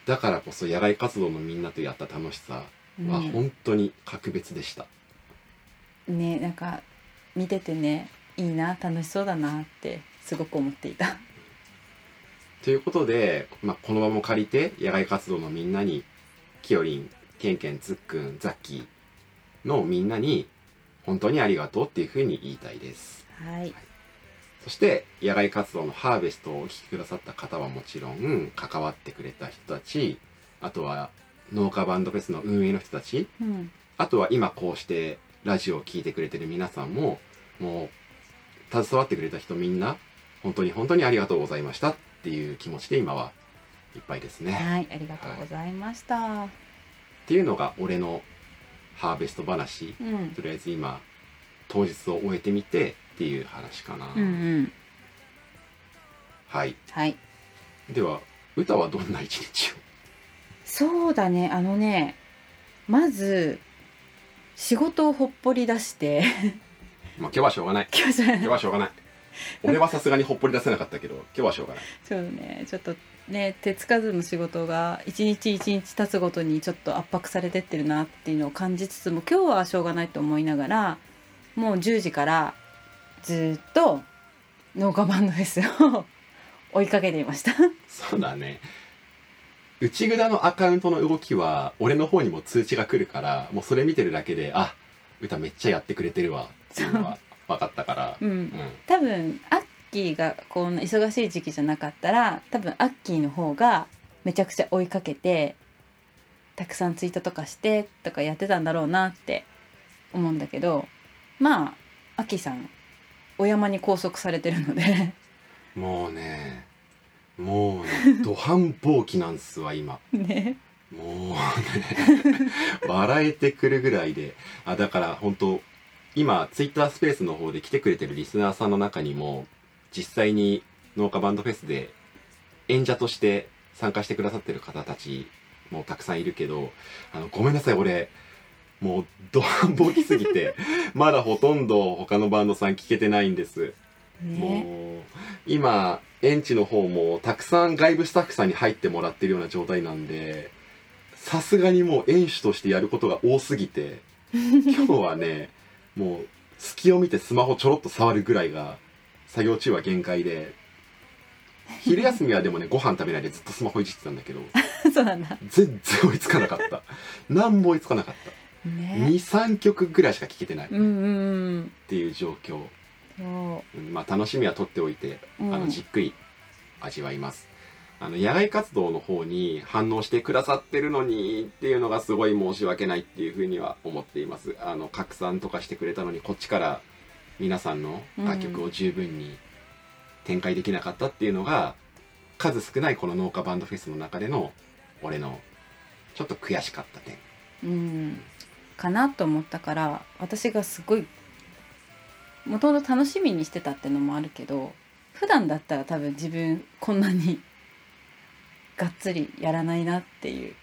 S1: だからこそ野外活動のみんなとやった楽しさは
S2: ね
S1: 本当に格別でした、
S2: ねなんか見ててねいいな楽しそうだなってすごく思っていた
S1: ということで、まあ、この場も借りて野外活動のみんなにきよりんけんけんつっくんザッキーのみんなに本当にありがとうっていうふうに言いたいです
S2: はい
S1: そして野外活動のハーベストをお聞きくださった方はもちろん関わってくれた人たちあとは農家バンドフェスの運営の人たち
S2: うん
S1: あとは今こうしてラジオを聴いてくれてる皆さんももう携わってくれた人みんな本当に本当にありがとうございましたっていう気持ちで今はいっぱいですね。
S2: はいありがとうございました
S1: っていうのが俺のハーベスト話
S2: うん
S1: とりあえず今当日を終えてみてっていう話かな。
S2: うんうん
S1: はい
S2: はい
S1: では歌はどんな一日を
S2: そうだねあのねまず仕事をほっぽり出して [laughs]
S1: まあ今日はしょうがない
S2: 今日じゃない
S1: 今日はしょうがない俺はさすがにほっぽり出せなかったけど今日はしょうがない
S2: そうねちょっとね手つかずの仕事が一日一日経つごとにちょっと圧迫されてってるなっていうのを感じつつも今日はしょうがないと思いながらもう10時からずっと農家バンドフェスを [laughs] 追いかけていました [laughs]
S1: そうだね内蔵のアカウントの動きは俺の方にも通知が来るからもうそれ見てるだけであ歌めっちゃやってくれてるわっていうのは分かったから
S2: う
S1: うんん
S2: 多分アッキーがこの忙しい時期じゃなかったら多分アッキーの方がめちゃくちゃ追いかけてたくさんツイートとかしてとかやってたんだろうなって思うんだけどまあアッキーさんお山に拘束されてるので [laughs]
S1: もうねもうねド繁忙期なんすわ今
S2: ね
S1: もうね笑えてくるぐらいであだから本当今ツイッタースペースの方で来てくれてるリスナーさんの中にも実際に農家バンドフェスで演者として参加してくださってる方たちもたくさんいるけどあのごめんなさい俺もうド繁忙期すぎてまだほとんど他のバンドさん聞けてないんです
S2: ね
S1: もう今園地の方もたくさん外部スタッフさんに入ってもらってるような状態なんでさすがにもう園主としてやることが多すぎて今日はねもう隙を見てスマホちょろっと触るぐらいが作業中は限界で昼休みはでもねご飯食べないでずっとスマホいじってたんだけど
S2: [laughs] そうなんだ
S1: 全然追いつかなかった何も追いつかなかった
S2: ね
S1: 23曲ぐらいしか聴けてないっ
S2: うんうん
S1: ていう状
S2: う
S1: 況
S2: んそ
S1: うんまあ楽しみは取っておいて
S2: う、う
S1: あの
S2: ん
S1: じっくり味わいます。あの野外活動の方に反応してくださってるのにっていうのがすごい申し訳ないっていうふうには思っています。あの拡散とかしてくれたのにこっちから皆さんの楽曲を十分に展開できなかったっていうのが数少ないこの農家バンドフェスの中での俺のちょっと悔しかった点。
S2: うん、かなと思ったから私がすごいもともと楽しみにしてたってのもあるけど普段だったら多分自分こんなに [laughs] がっつりやらないなっていう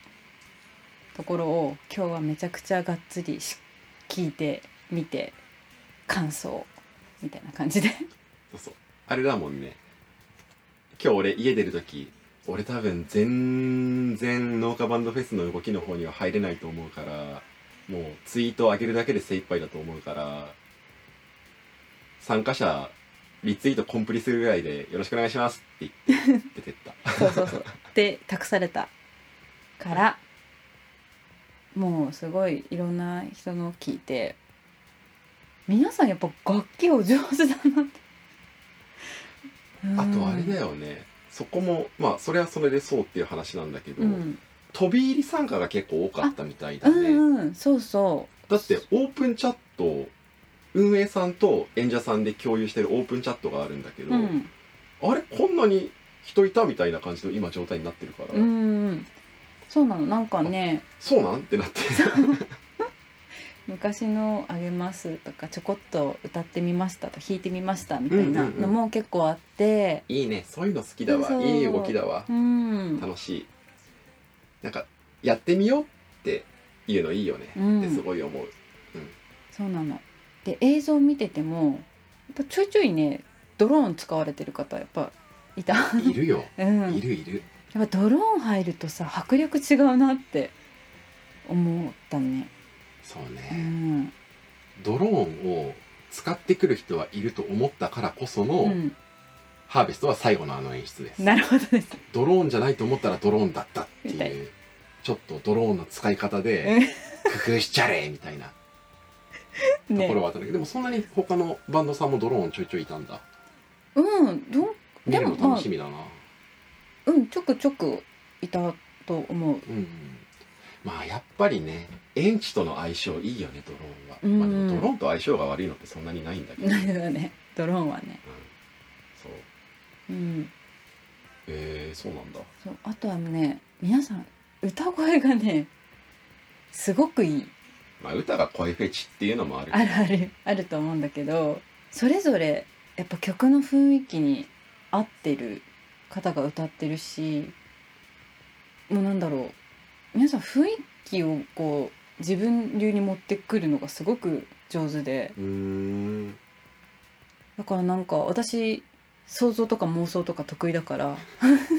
S2: ところを今日はめちゃくちゃがっつりし聞いて見て感想みたいな感じで
S1: そうそうあれだもんね今日俺家出る時俺多分全然農家バンドフェスの動きの方には入れないと思うからもうツイートを上げるだけで精一杯だと思うから参加者リツイートコンプリするぐらいでよろしくお願いしますって言って出
S2: [laughs]
S1: てった
S2: そうそうそうで託されたからもうすごいいろんな人のを聞いて皆さんやっぱ楽器お上手だなって
S1: あとあれだ
S2: よ、
S1: よねそこもまあそれはそれでそうっていう話なんだけど、
S2: うん、
S1: 飛び入り参加が結構多かったみたいだ
S2: う
S1: ね、
S2: んうんそうそ
S1: だってオープンチャットを運営さんと演者さんで共有してるオープンチャットがあるんだけ
S2: う
S1: ど、
S2: うん
S1: あれこんなに人いたみたいな感じの今状態になってるから、
S2: うんうんそうなのなんかね
S1: そうなんってなって
S2: 昔の「あげます」とか「ちょこっと歌ってみました」と「弾いてみました」みたいなのも結構あって
S1: いいねそういうの好きだわ
S2: そう
S1: いい動きだわ
S2: う、ん
S1: 楽しいなんかやってみようっていうのいいよね、
S2: うん
S1: ってすごい思う
S2: そうなの。で映像見ててもやっぱちょいちょいねドローン使われてる方やっぱいた。 [laughs]
S1: いるよ
S2: うん、
S1: るいる
S2: やっぱドローン入るとさ迫力違うなって思ったね。
S1: そう
S2: う
S1: ね、
S2: ん、
S1: ドローンを使ってくる人はいると思ったからこその、
S2: うん、
S1: ハーベストは最後のあの演出です
S2: なるほどです。
S1: ドローンじゃないと思ったらドローンだったって
S2: みたい
S1: いうちょっとドローンの使い方
S2: う
S1: で
S2: ん
S1: 工夫しちゃれみたいなとこ
S2: [laughs] ね
S1: ろ、はあったんだけど、でもそんなに他のバンドさんもドローンちょいちょいいたんだ
S2: うん、どん
S1: 見
S2: で
S1: る
S2: も
S1: の楽しみだな、
S2: うんちょくちょくいたと思う。
S1: うんうんまあやっぱりね園地との相性いいよねドローンは、
S2: うん
S1: まあ、でもドローンと相性が悪いのってそんなにないんだけど、うん
S2: な、るほどね。ドローンはね。
S1: そう
S2: うん。
S1: えー、そうなんだ
S2: そうあとはね皆さん歌声がねすごくいい。
S1: まあ歌が声フェチっていうのもあるけ
S2: あるあるあると思うんだけどそれぞれやっぱ曲の雰囲気に合ってる方が歌ってるしもうなんだろう皆さん雰囲気をこう自分流に持ってくるのがすごく上手で
S1: う
S2: [laughs]
S1: ーん
S2: だからなんか私想像とか妄想とか得意だから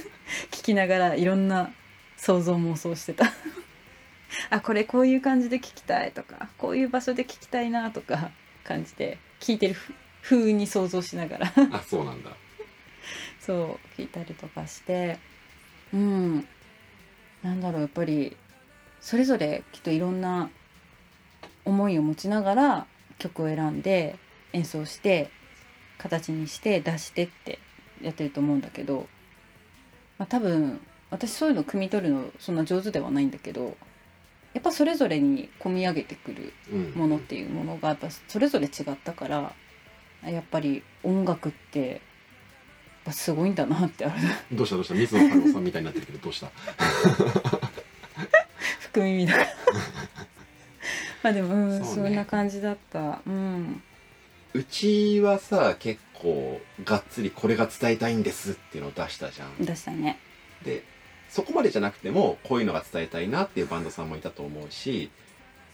S2: [laughs] 聞きながらいろんな想像妄想してた [laughs] あこれこういう感じで聞きたいとかこういう場所で聞きたいなとか感じて聞いてるふ風に想像しながら
S1: あそうなんだ
S2: そう聞いたりとかしてうんなんだろうやっぱりそれぞれきっといろんな思いを持ちながら曲を選んで演奏して形にして出してってやってると思うんだけど、まあ、多分私そういうの汲み取るのそんな上手ではないんだけどやっぱそれぞれに込み上げてくる
S1: うん
S2: ものっていうものがやっぱそれぞれ違ったからやっぱり音楽ってやっぱすごいんだなってあれ
S1: どうしたどうした水野太郎さんみたいになってるけどどうした
S2: [laughs] 含み耳だから [laughs] まあでもうん
S1: そう
S2: そ,、
S1: ね
S2: んな感じだったうん
S1: うちはさ結構がっつりこれが伝えたいんですっていうのを出したじゃん
S2: 出したね
S1: でそこまでじゃなくてもこういうのが伝えたいなっていうバンドさんもいたと思うし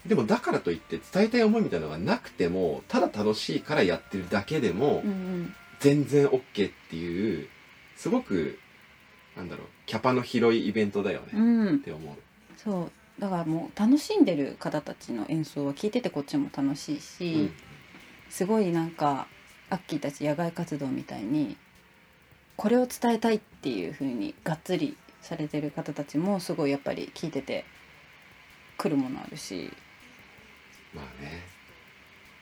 S1: でもだからといって伝えたい思いみたいなのがなくてもただ楽しいからやってるだけでも
S2: うん
S1: 全然 OK っていうすごくなんだろうキャパの広いイベントだよね、
S2: う
S1: っ
S2: んうん
S1: て思う
S2: そうだからもう楽しんでる方たちの演奏は聴いててこっちも楽しいし、
S1: うん
S2: すごいなんかアッキーたち野外活動みたいにこれを伝えたいっていう風にがっつりされてる方たちもすごいやっぱり聞いてて来るものあるし、
S1: まあね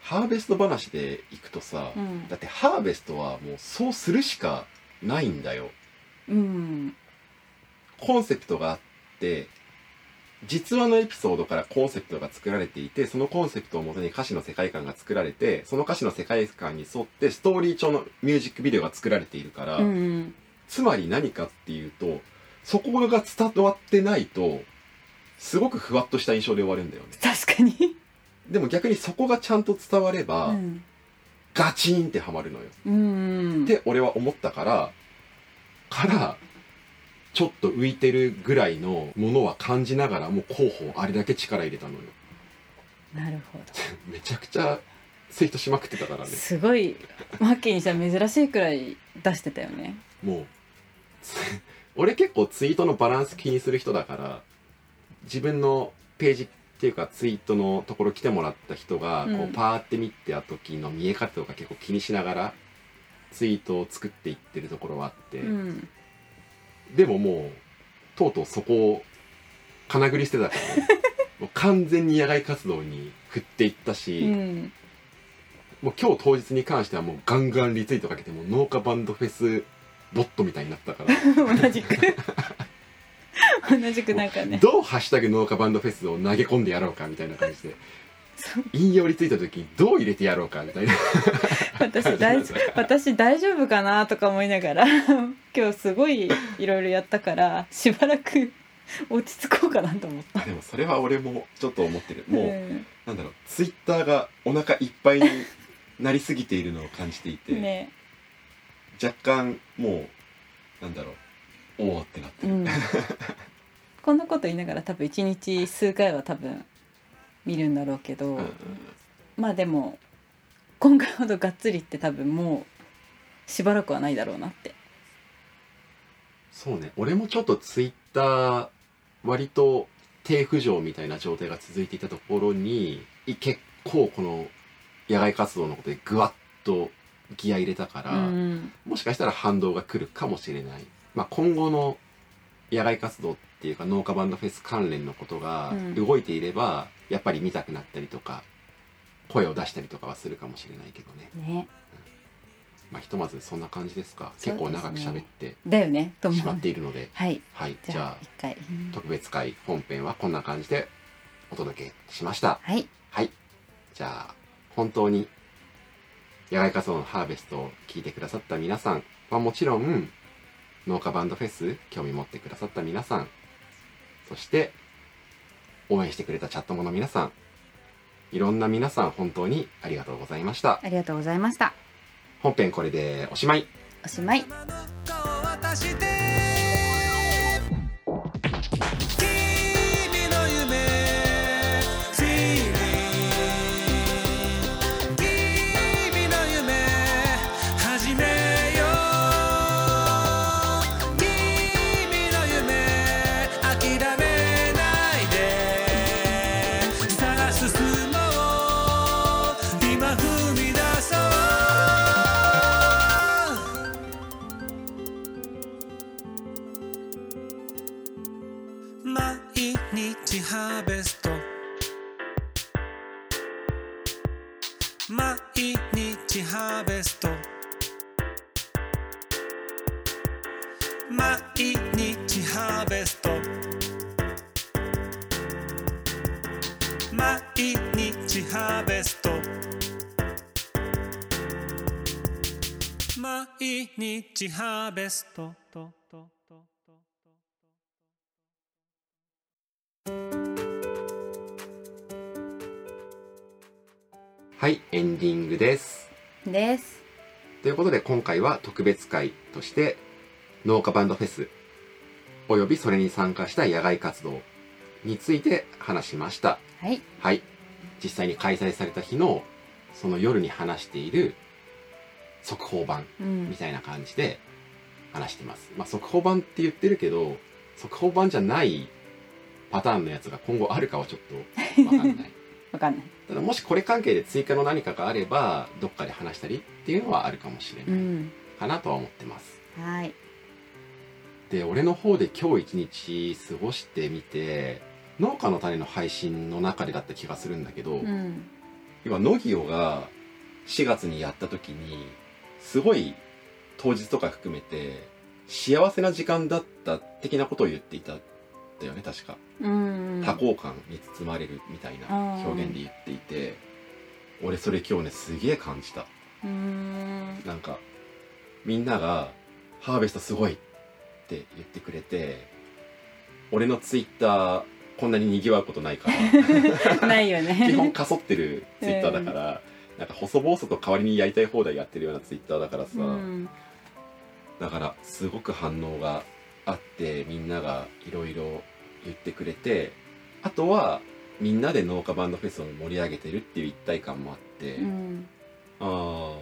S1: ハーベスト話でいくとさ、
S2: うん
S1: だってハーベストはもうそうするしかないんだよ
S2: うん、
S1: コンセプトがあって実話のエピソードからコンセプトが作られていてそのコンセプトをもとに歌詞の世界観が作られてその歌詞の世界観に沿ってストーリー調のミュージックビデオが作られているから、
S2: うんうん
S1: つまり何かっていうとそこが伝わってないとすごくふわっとした印象で終わるんだよね
S2: 確かに、
S1: でも逆にそこがちゃんと伝われば、
S2: うん
S1: ガチーンってハマるのよ
S2: うん、
S1: って俺は思ったからからちょっと浮いてるぐらいのものは感じながらも候補をあれだけ力入れたのよ
S2: なるほ
S1: めちゃくちゃツイートしまくってたから
S2: ど
S1: ね
S2: すごいマッキーにしたら珍しいくらい出してたよね
S1: もう [laughs] つ俺結構ツイートのバランス気にする人だから自分のページっていうかツイートのところ来てもらった人がこ
S2: う
S1: うんパーって見てた時の見え方とか結構気にしながらツイートを作っていってるところはあって、
S2: うん
S1: でももうとうとうそこをかなぐり捨て
S2: [laughs]
S1: たからねもう完全に野外活動に振っていったし、
S2: うん
S1: もう今日当日に関してはもうガンガンリツイートかけてもう農家バンドフェスボットみたいになったから、
S2: 同じく同じくなんか [laughs] ね
S1: どう「ハッシュタグ農家バンドフェス」を投げ込んでやろうかみたいな感
S2: [laughs]
S1: じで引用リツイートの時にどう入れてやろうかみたいな
S2: 私大
S1: [laughs]
S2: 丈夫私大丈夫かなとか思いながら [laughs] 今日すごいいろいろやったからしばらく落ち着こうかなと思った。
S1: でもそれは俺もちょっと思ってるもう、
S2: うん
S1: なんだろうツイッターがお腹いっぱいになりすぎているのを感じていて、
S2: ね、
S1: 若干もうなんだろうおおってなって
S2: う
S1: る、 [laughs]
S2: ん、こんなこと言いながら多分一日数回は多分見るんだろうけど、
S1: うん
S2: まあでも今回ほどがっつりって多分もうしばらくはないだろうなって。
S1: そうね俺もちょっとツイッター割と低浮上みたいな状態が続いていたところにい結構この野外活動のことでぐわっとギア入れたから、
S2: うん
S1: もしかしたら反動が来るかもしれない、まあ、今後の野外活動っていうか農家バンドフェス関連のことが
S2: うん
S1: 動いていれば、やっぱり見たくなったりとか声を出したりとかはするかもしれないけどね
S2: ね、
S1: まあ、ひとまずそんな感じですか
S2: そうですね
S1: 結構長く喋って
S2: だよねと思
S1: しま
S2: う
S1: っ。ているので、
S2: はい
S1: はい、
S2: じ
S1: じ
S2: ゃ
S1: ゃ
S2: あ
S1: あ
S2: 一回
S1: 特別会本編はこんな感じでお届けしました
S2: はい
S1: はいじゃあ本当に野外活動のハーベストを聞いてくださった皆さんはもちろん農家バンドフェス興味持ってくださった皆さんそして応援してくれたチャットもの皆さんいろんな皆さん本当にありがとうございました
S2: ありがとうございました。
S1: 本編これでおしまい
S2: おしまい。
S3: 今の顔を渡して君の夢 Feeling 毎日ハーベスト毎日ハーベスト毎日ハーベスト毎日ハーベスト
S1: はい、エンディングです。
S2: です
S1: ということで今回は特別会として農家バンドフェスおよびそれに参加した野外活動について話しました。
S2: はい
S1: はい。実際に開催された日のその夜に話している速報版
S2: う
S1: み
S2: ん
S1: たいな感じで話してます。まあ、速報版って言ってるけど、速報版じゃないパターンのやつが今後あるかはちょっとわかんない。
S2: わかんない
S1: ただもしこれ関係で追加の何かがあれば、どっかで話したりっていうのはあるかもしれ
S2: う
S1: ない
S2: ん
S1: かなとは思ってます。
S2: はい
S1: で、俺の方で今日一日過ごしてみて、農家の種の配信の中でだった気がするんだけど、
S2: うん
S1: 今ノギオが4月にやった時にすごい当日とか含めて幸せな時間だった的なことを言っていたんだよね確か、
S2: うん
S1: 多幸感に包まれるみたいな表現で言っていて俺それ今日ねすげえ感じた
S2: うん
S1: なんかみんなが「ハーベストすごい!」って言ってくれて俺のツイッターこんなに賑わうことないか
S2: [laughs]
S1: ら
S2: ないよね
S1: 基本かそってるツイッターだから、なんか細々と代わりにやりたい放題やってるようなツイッターだからさ、
S2: うん
S1: だからすごく反応があってみんながいろいろ言ってくれてあとはみんなで農家バンドフェスを盛り上げてるっていう一体感もあって、
S2: うん
S1: あ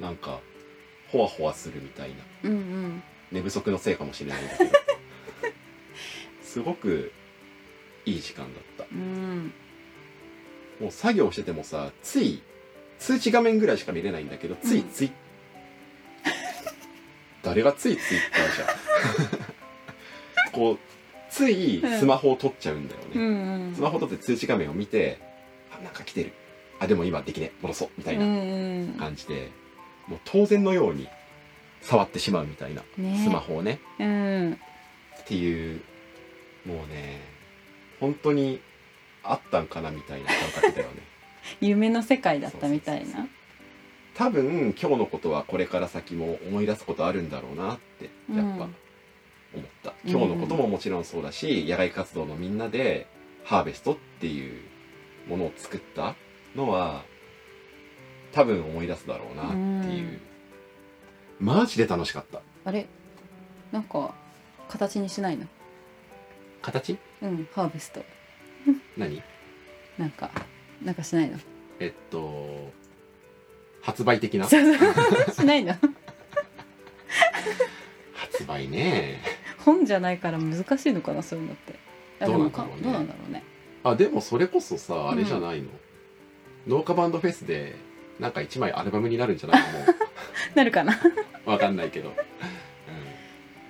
S1: あなんかほわほわするみたいな
S2: うんうん
S1: 寝不足のせいかもしれないんだけ
S2: [laughs]
S1: どすごくいい時間だった。
S2: うん
S1: もう作業しててもさつい通知画面ぐらいしか見れないんだけどつい
S2: [laughs]
S1: つい、誰がついついってじ
S2: [laughs]
S1: ゃんこうついスマホを取っちゃうんだよ
S2: う
S1: ね、
S2: ん
S1: スマホ取って通知画面を見てあなんか来てるあでも今できねえ戻そうみたい
S2: うんう
S1: な
S2: ん
S1: 感じで、もう当然のように触ってしまうみたいな、
S2: ね
S1: スマホをね
S2: うん
S1: っていうもうね本当にあったんかなみたいな感覚だよ [laughs] ね
S2: 夢の世界だったみたいな
S1: 多分今日のことはこれから先も思い出すことあるんだろうなってやっぱ思った、
S2: うん
S1: 今日のことももちろんそうだし、野外活動のみんなでハーベストっていうものを作ったのは多分思い出すだろうなっていう、マジで楽しかった
S2: あれなんか形にしないの
S1: 形
S2: うんハーベスト
S1: 何
S2: なんかなんかしないの
S1: えっと発売的な
S2: そうそうしないの
S1: 発売ね
S2: 本じゃないから難しいのかなそういうのってあでもか
S1: ど
S2: ど
S1: う
S2: う
S1: な
S2: なんん
S1: だ
S2: だろうね
S1: あでもそれこそさあれじゃないの、農家バンドフェスでなんか1枚アルバムになるんじゃないのもう
S2: なるかな [laughs]
S1: わかんないけど、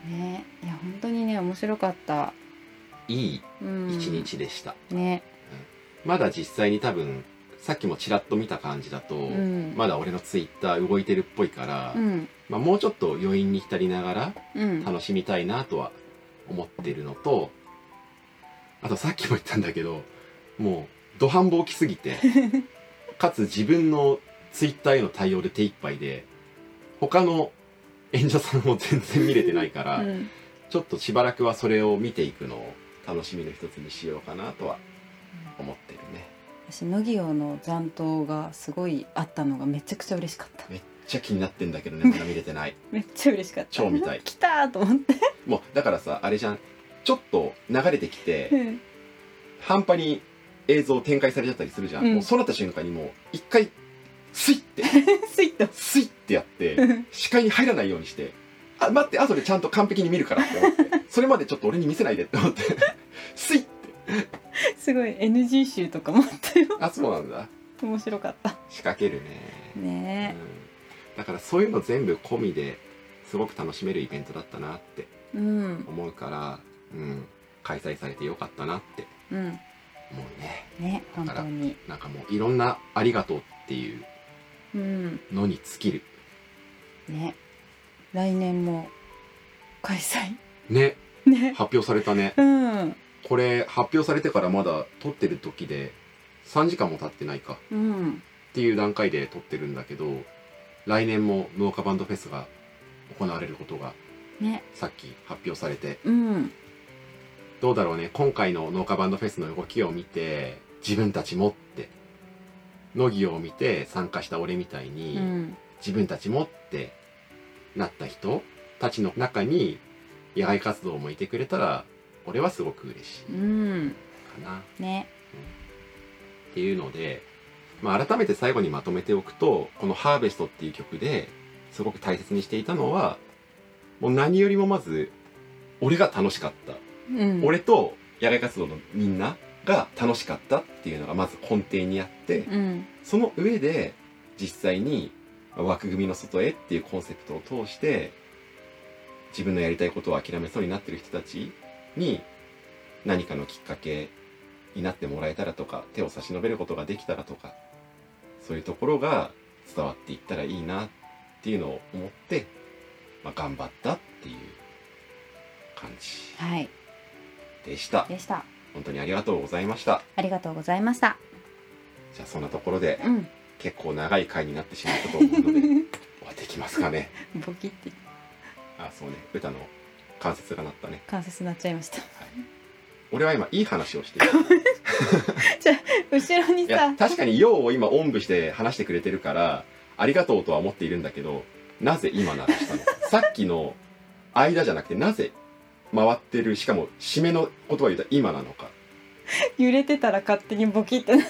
S2: ねいや本当にね面白かった
S1: いい
S2: うん
S1: 一日でした、
S2: ね
S1: まだ実際に多分さっきもちらっと見た感じだと、
S2: うん
S1: まだ俺のツイッター動いてるっぽいから、
S2: うん
S1: まあ、もうちょっと余韻に浸りながら
S2: うん
S1: 楽しみたいなとは思ってるのとあとさっきも言ったんだけどもうドハンボきすぎ
S2: [laughs]
S1: てかつ自分のツイッターへの対応で手一杯で他の演者さんも全然見れてないから、
S2: うん
S1: ちょっとしばらくはそれを見ていくのを楽しみの一つにしようかなとは思ってるね
S2: 私乃木オの残党がすごいあったのがめちゃくちゃ嬉しかった
S1: めっちゃ気になってんだけどねまだ見れてない
S2: めっちゃ嬉しかった
S1: 超見たい
S2: 来たーと思って
S1: もうだからさあれじゃんちょっと流れてき
S2: [laughs]
S1: て半端に映像展開されちゃったりするじゃん、
S2: うん
S1: もうそうなった瞬間にもう一回スイ
S2: [laughs]
S1: ッて
S2: スイッと
S1: スイッてやって視界に入らないようにしてあ待って後でちゃんと完璧に見るからっ
S2: [laughs]
S1: て思ってそれまでちょっと俺に見せないでって思ってスイッ
S2: すごい NG 集とかもあったよ
S1: あそうなんだ
S2: 面白かった
S1: 仕掛けるね
S2: ね
S1: うんだからそういうの全部込みですごく楽しめるイベントだったなって
S2: うん
S1: 思うから、うん、開催されてよかったなって
S2: うん
S1: 思うね
S2: ね本当に
S1: なんかもういろんな「ありがとう」っていう
S2: うん
S1: のに尽きる
S2: ね来年も開催
S1: ね
S2: ね
S1: 発表されたね
S2: うん
S1: これ発表されてからまだ撮ってる時で3時間も経ってないか
S2: うん
S1: っていう段階で撮ってるんだけど来年も農家バンドフェスが行われることが
S2: ね
S1: さっき発表されて
S2: うん
S1: どうだろうね今回の農家バンドフェスの動きを見て自分たちもって農業を見て参加した俺みたいに、
S2: うん
S1: 自分たちもってなった人たちの中に野外活動もいてくれたら俺はすごく嬉し
S2: う
S1: い
S2: ん
S1: かな。
S2: ね
S1: っていうので、まあ、改めて最後にまとめておくとこの「ハーベスト」っていう曲ですごく大切にしていたのはもう何よりもまず俺が楽しかった、
S2: うん
S1: 俺と野外活動のみんなが楽しかったっていうのがまず根底にあって、
S2: うん
S1: その上で実際に枠組みの外へっていうコンセプトを通して自分のやりたいことを諦めそうになってる人たちに何かのきっかけになってもらえたらとか手を差し伸べることができたらとかそういうところが伝わっていったらいいなっていうのを思って、まあ、頑張ったっていう感じ
S2: はい
S1: でした
S2: でした
S1: 本当にありがとうございました
S2: ありがとうございました
S1: じゃあそんなところで
S2: うん
S1: 結構長い回になってしまったと思うので終わっていきますかね
S2: [laughs] ボキって
S1: あそうね歌の関節が鳴ったね
S2: 関節なっちゃいました
S1: 俺は今いい話をしている
S2: [laughs] 後ろに
S1: いや
S2: さ
S1: 確かに「よう」を今おんぶして話してくれてるからありがとうとは思っているんだけどなぜ今鳴らしたのかさっきの間じゃなくてなぜ回ってるしかも締めの言葉を言うと今なのか
S2: 揺れてたら勝手にボキってなっ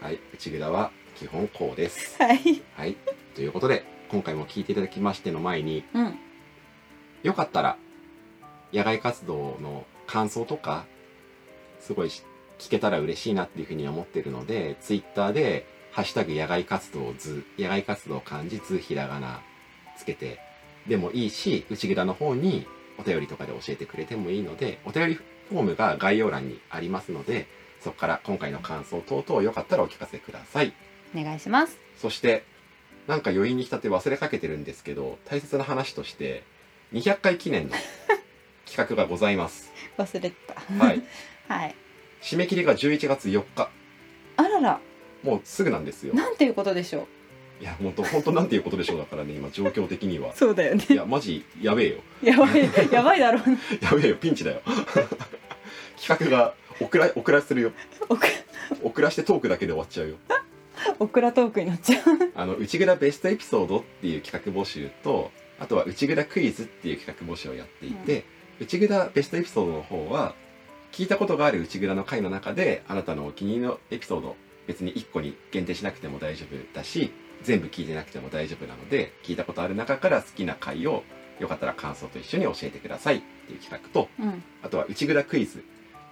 S1: はい内札は基本こうです
S2: たはい
S1: はいということで今回も聞いていただきましての前に
S2: うん
S1: よかったら、野外活動の感想とか、すごいし聞けたら嬉しいなっていうふうに思ってるので、ツイッターで、ハッシュタグ野外活動図、野外活動漢字図ひらがなつけてでもいいし、内蔵の方にお便りとかで教えてくれてもいいので、お便りフォームが概要欄にありますので、そこから今回の感想等々よかったらお聞かせください。
S2: お願いします
S1: そして、なんか余韻に浸って忘れかけてるんですけど、大切な話として、200回記念の企画がございます。
S2: 忘れてた
S1: はい。
S2: はい
S1: 締め切りが11月4日。
S2: あらら
S1: もうすぐなんですよ。
S2: なんていうことでしょう
S1: いや、本当本当なんていうことでしょうだからね、今、状況的には。
S2: そうだよね
S1: いや、マジ、やべえよ。
S2: やばいやばいだろうな
S1: やべえよ、ピンチだよ。 [laughs] 企画が遅ら、遅らせるよ。
S2: オク
S1: 遅らしてトークだけで終わっちゃうよ。
S2: オクラトークになっちゃう
S1: [laughs] あの、内蔵ベストエピソードっていう企画募集と、あとは内蔵クイズっていう企画募集をやっていて、内蔵ベストエピソードの方は、聞いたことがある内蔵の回の中で、あなたのお気に入りのエピソード、別に1個に限定しなくても大丈夫だし、全部聞いてなくても大丈夫なので、聞いたことある中から好きな回を、よかったら感想と一緒に教えてくださいっていう企画と、
S2: うん
S1: あとは内蔵クイズ。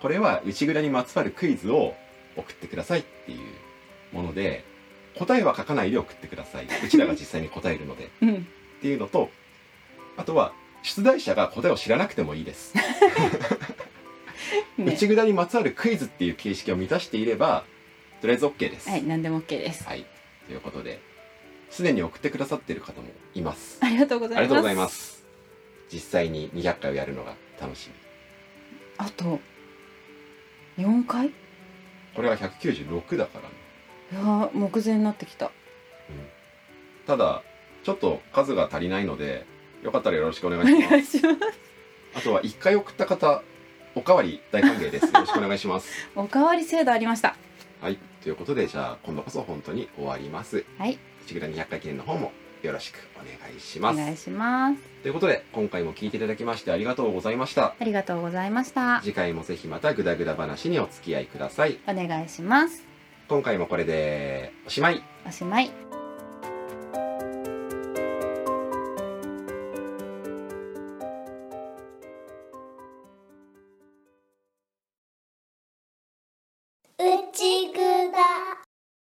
S1: これは内蔵にまつわるクイズを送ってくださいっていうもので、答えは書かないで送ってください。うちらが実際に答えるので。っ
S2: うん
S1: ていうのと、あとは、出題者が答えを知らなくてもいいです。
S2: ね
S1: 内蔵にまつわるクイズっていう形式を満たしていれば、とりあえず OK です。
S2: はい何でも OK です
S1: はい。ということで、すでに送ってくださっている方もいます。
S2: ありがとうございます
S1: ありがとうございます。実際に200回をやるのが楽しみ。
S2: あと4回い
S1: これは196だからね。
S2: やー目前になってきた
S1: ただちょっと数が足りないのでよかったらよろしくお願
S2: お
S1: いしま
S2: 願 [laughs]
S1: す
S2: いします
S1: あとは1回送った方おかわり大歓迎ですよろしくお願いします
S2: おかわり制度ありました
S1: はいということでじゃあ今度こそ本当に終わります
S2: はい
S1: 1グラ200回記念の方もよろしくお願いし
S2: お
S1: ます
S2: 願いします
S1: ということで今回も聞いていただきましてありがとうございました
S2: ありがとうございました
S1: 次回もぜひまたグダグダ話にお付き合いください
S2: お願いします
S1: 今回もこれでおしまい
S2: おしまい